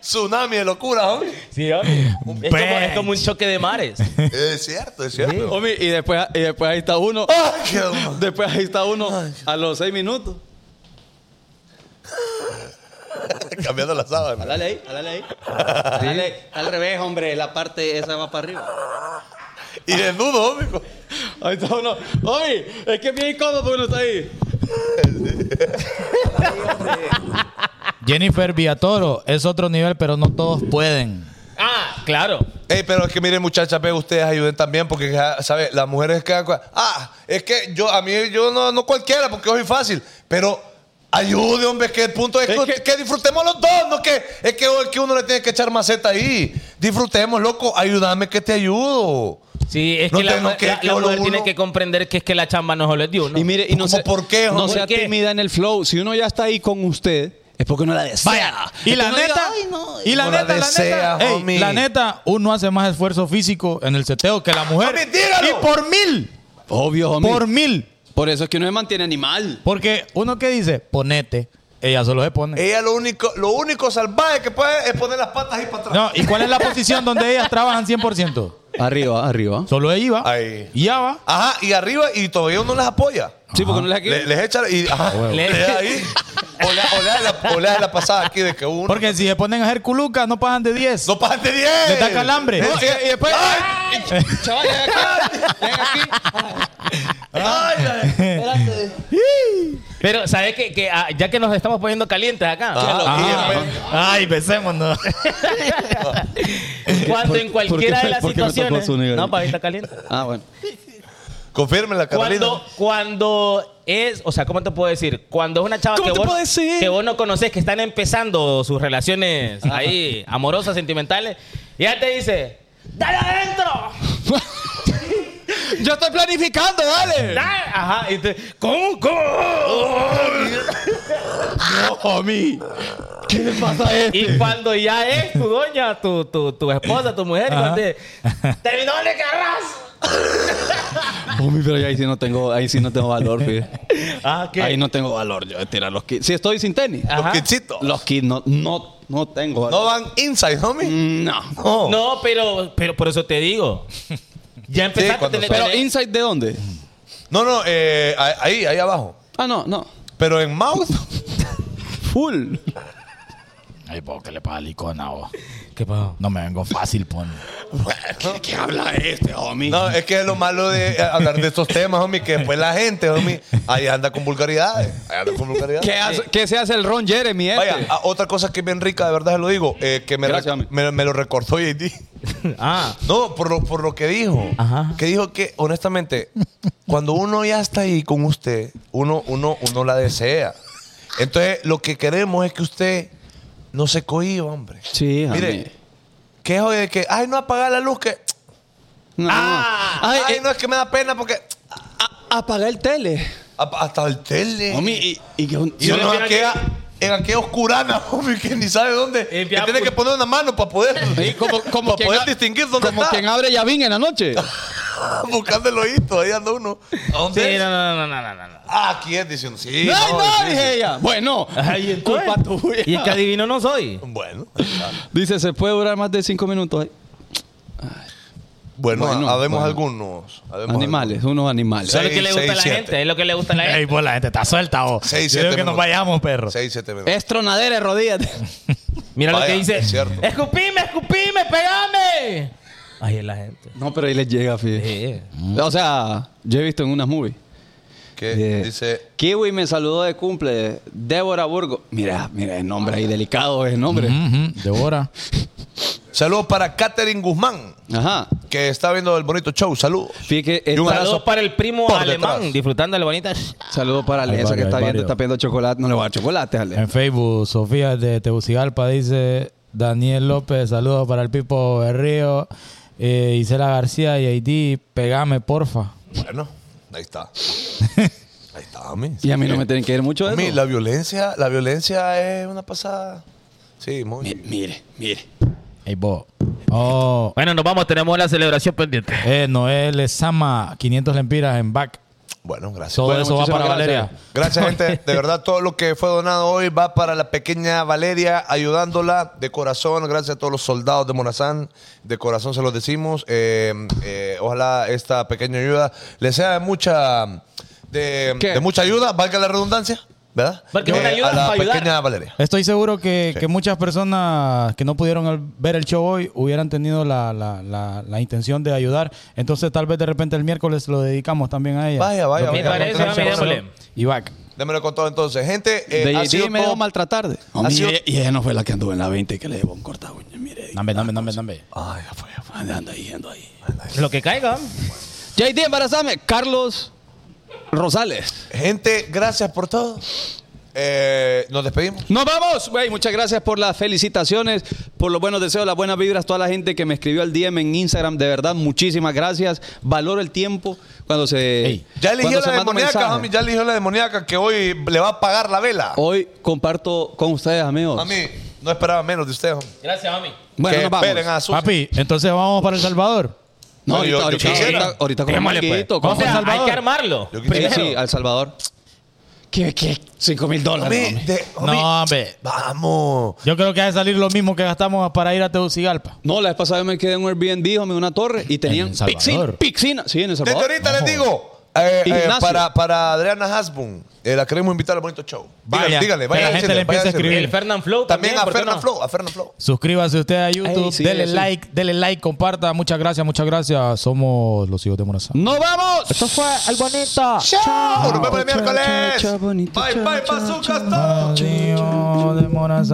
Tsunami de locura, hombre.
Sí, homie. Es como, es como un choque de mares.
Es cierto, es cierto.
Homie, y después, y después ahí está uno.
Ay, qué-
Después ahí está uno a los seis minutos.
Cambiando la sábana.
Dale ahí, dale ahí. Dale al revés, hombre. La parte esa va para arriba.
Y desnudo, hombre. co-
Ahí está uno. Homie, es que es bien incómodo porque uno está ahí.
Jennifer Villatoro es otro nivel, pero no todos pueden.
Ah, claro.
Ey, pero es que miren, muchachas, ve, ustedes ayuden también porque, ja, ¿sabes? Las mujeres que... Ah, es que yo, a mí, yo no, no cualquiera porque es muy fácil, pero ayude, hombre, que el punto es,
Es
que,
que-
que disfrutemos los dos, no que es que, es que uno le tiene que echar maceta ahí. Disfrutemos, loco, ayúdame que te ayudo.
Sí, es
No
que la,
te- no,
la-
que-
la
que
mujer
lo uno-
tiene que comprender que es que la chamba no solo es de uno.
Y mire, y no
¿Cómo
sé
por qué,
No
homie?
sea
¿Por qué?
tímida en el flow. Si uno ya está ahí con usted, es porque uno la desea.
Vaya. Y la
Es que uno diga,
neta,
"Ay, no".
y la
no la
neta, la
desea,
neta, ey,
homie.
la neta, uno hace más esfuerzo físico en el seteo que la mujer.
Homie, dígalo.
Y por mil,
Obvio, homie.
por
Por,
mil.
eso es que uno se mantiene animal.
Porque uno que dice, ponete, ella solo se pone.
Ella lo único, lo único salvaje que puede es poner las patas ahí para atrás.
No, ¿y cuál es la posición donde ellas trabajan 100%?
Arriba, arriba.
Solo ella iba.
Ahí.
Y ya va.
Ajá, y arriba y todavía uno las apoya.
Sí, porque no le da aquí.
Le- les echa y ajá, le,
Le-
da ahí. O le, o le da la, o le da la pasada aquí de que uno.
Porque si se ponen a hacer culucas, no pasan de 10.
No pasaste 10.
Les da calambre.
Eh, sí, y después. ¡Ay!
Chaval, llega aquí. llega aquí.
ay, ay.
Pero, ¿sabes qué? Que, ah, ya que nos estamos poniendo calientes acá.
Ajá,
Ah.
y después-
Ay, besémonos.
Cuando
¿Por-
en
por
cualquiera
qué-
de las
por qué me tocó
situaciones.
su nivel?
No, para estar caliente.
Ah, bueno.
Confirme la Carolina.
Cuando, cuando es, o sea, ¿cómo te puedo decir? Cuando es una chava
¿Cómo
que
te
vos,
puedo decir?
que vos no conoces, que están empezando sus relaciones ahí, amorosas, sentimentales, y ella te dice, ¡dale adentro!
Yo estoy planificando, dale.
¡Dale! Ajá, y te, ¿cómo? ¿Cómo?
Homie. ¿Qué le pasa a este?
Y cuando ya es tu doña, tu, tu, tu esposa, tu mujer, y cuando te, terminó le carras.
Homie, pero yo ahí sí no tengo, ahí sí no tengo valor, fíjate.
Ah, ¿qué?
Ahí no tengo valor yo de tirar los kits. Si estoy sin tenis.
Ajá.
Los kitsitos.
Los kits no, no, no tengo
No
valor.
van inside, homie.
No.
No.
No, pero, pero por eso te digo. Ya empezaste
Sí, cuando
a tener.
Pero
tener-
inside de dónde?
No, no, eh, ahí, ahí abajo.
Ah, no, no.
Pero en mouth.
Full.
Ay, vos, que le paga licona, vos.
¿Qué pasó?
No me vengo fácil, pon.
¿Qué, qué habla este, homie?
No, es que es lo malo de eh, hablar de estos temas, homie, que después la gente, homie, ahí anda con vulgaridades. Ahí anda con vulgaridades.
¿Qué, hace- qué eh, se hace el Ron Jeremy este?
Vaya, a- otra cosa que es bien rica, de verdad se lo digo, eh, que me,
Gracias,
rec-
homie.
me, me lo recordó JD.
Ah,
No, por lo, por lo que dijo.
Ajá.
Que dijo que, honestamente, cuando uno ya está ahí con usted, uno, uno, uno la desea. Entonces, lo que queremos es que usted no se cohiba, hombre.
Sí, homie.
Mire, que es de que, ay, no apagar la luz, que,
No.
Ah,
Ay,
ay,
eh,
no, es que me da pena porque,
a- apaga el tele.
ap- hasta el tele.
Homie, y, y que un-
y uno en
prefiero
aquella, en aquella oscurana, homie, que ni sabe dónde. Que
Empieza
tiene
a
que
pu-
poner una mano para poder,
pues. Sí, como- como
para
quien
poder
ha-
distinguir dónde
como
está.
quien abre llavín en la noche.
Buscando el oído, ahí anda uno. ¿A dónde
sí,
es?
no, no, no, no, no, no.
Ah, aquí es, diciendo, sí.
¡Ay, no!
sí,
dije
sí.
ella. Bueno,
Ay,
culpa tuya.
Y es que adivino no soy.
Bueno.
Dice, se puede durar más de cinco minutos. ahí.
Bueno,
Bueno,
habemos
bueno.
algunos. habemos
Animales, unos animales.
Sí.
Eso es lo que le
Seis,
gusta a
seis,
la
siete.
gente. Es lo que le gusta a la gente.
Ey, pues la gente está suelta, vos.
Seis,
Yo
siete
digo que nos
minutos.
vayamos, perro.
Seis, siete minutos.
Es tronadera de rodillas.
Mira lo
Vaya,
que dice.
es cierto.
Escupime, escupime, pegame. Ahí es la gente.
No, pero ahí les llega, fíjate.
Sí.
O sea, yo he visto en unas movies.
que
Eh,
dice,
Kiwi me saludó de cumple. Débora Burgo. Mira, mira, el nombre ahí delicado es el nombre.
Ujú, Devora.
saludos para Katherine Guzmán,
Ajá.
que está viendo el bonito show. Saludos.
Fíjate, que
Y un
esta-
abrazo.
Saludos para el primo
Por
alemán,
detrás.
disfrutando de la bonita.
saludo para
Hay
Alexa que
varios,
está
hay
viendo,
varios.
está pidiendo chocolate. No le voy a dar chocolate, Ale.
Eh,
En Facebook, Sofía de Tegucigalpa dice: Daniel López, saludos para el Pipo Berrío, eh, Isela García y Haití, pegame, porfa.
Bueno, ahí está. Ahí está, a mí.
Y a mí no me tienen que ir mucho de
Mami,
eso.
eh, la violencia, la violencia es una pasada. Sí, muy.
Mire, mire.
Ey, vos. Oh,
Bueno, nos vamos, tenemos la celebración pendiente.
eh, Noel Sama, 500 lempiras en back.
Bueno, gracias.
Todo
Bueno,
eso va
muchísimas
para
gracias.
Valeria.
Gracias, gente. De verdad, todo lo que fue donado hoy va para la pequeña Valeria, ayudándola de corazón. Gracias a todos los soldados de Monazán. De corazón se los decimos. Eh, eh, ojalá esta pequeña ayuda les sea de mucha, de,
¿Qué?
de mucha ayuda, valga la redundancia, ¿verdad? Eh,
Porque es una ayuda
a la
para ayudar.
pequeña Valeria.
Estoy seguro que,
Sí.
que muchas personas que no pudieron al- ver el show hoy hubieran tenido la, la- la- la intención de ayudar. Entonces, tal vez de repente el miércoles lo dedicamos también a ella.
Vaya, vaya,
Lo que
vaya.
encontré
parece,
en
mami,
Solo-
démosle.
Y back.
Démelo con todo entonces. Gente, eh,
De
ha sido
allí me
todo.
dejó maltratar. de-
Ha sido-
Y ella no fue la que anduvo en la 20 que le llevó un corta uña. Mire,
Dame, dame, dame, dame.
Ay, ya fue, ya fue.
anda, anda ahí, anda ahí.
Lo que caiga.
JD, embarazame. Carlos Rosales.
Gente, gracias por todo. Eh, Nos despedimos.
Nos vamos, güey. Muchas gracias por las felicitaciones, por los buenos deseos, las buenas vibras, toda la gente que me escribió al DM en Instagram. De verdad, muchísimas gracias. Valoro el tiempo cuando se.
Ey.
Ya
cuando
eligió la
se manda un
demoníaca,
mensaje.
homie. Ya eligió la demoníaca que hoy le va a pagar la vela.
Oh.
Hoy comparto con ustedes, amigos.
A mí no esperaba menos de usted, homie.
Gracias, mami.
Bueno,
que
nos vamos.
esperen a su.
Papi, entonces vamos para El Salvador.
No,
No,
ahorita,
yo- yo
ahorita,
quisiera.
ahorita, ahorita con
Démosle, pues.
Marquito, con
O sea,
Salvador.
hay que armarlo.
Yo
Eh,
quisiera-
sí, al Salvador. ¿Qué? ¿Qué? 5 mil dólares.
Homie,
homie.
de- homie,
No, hombre.
Vamos.
Yo creo que ha de salir lo mismo que gastamos para ir a Tegucigalpa.
No, la vez pasada yo me quedé en un Airbnb, hombre, una torre y tenían
El Salvador.
piscina, piscina. Sí, en El
Desde
Salvador.
ahorita les digo. eh,
Y
eh,
gimnasio.
para, para Adriana Hasbun, eh, la queremos invitar al bonito show. Dígale,
Vaya,
dígale,
que
vaya
la
a
gente
decirle,
le empiece
vaya
a
decirle.
escribir.
El Fernan
También
Flow también.
a
¿por qué
Fernan
no?
Flow, a Fernan Flow.
Suscríbase usted a YouTube,
Ey, sí,
denle
sí.
like, denle like, comparta. Muchas gracias, muchas gracias. Somos los hijos de Morazán.
¡No vamos!
Esto fue el bonito.
Chao, nos vemos
Chao,
el
chao,
miércoles.
chao, bonito,
Bye,
chao,
bye,
chao,
bazookas.
Los hijos de Morazán.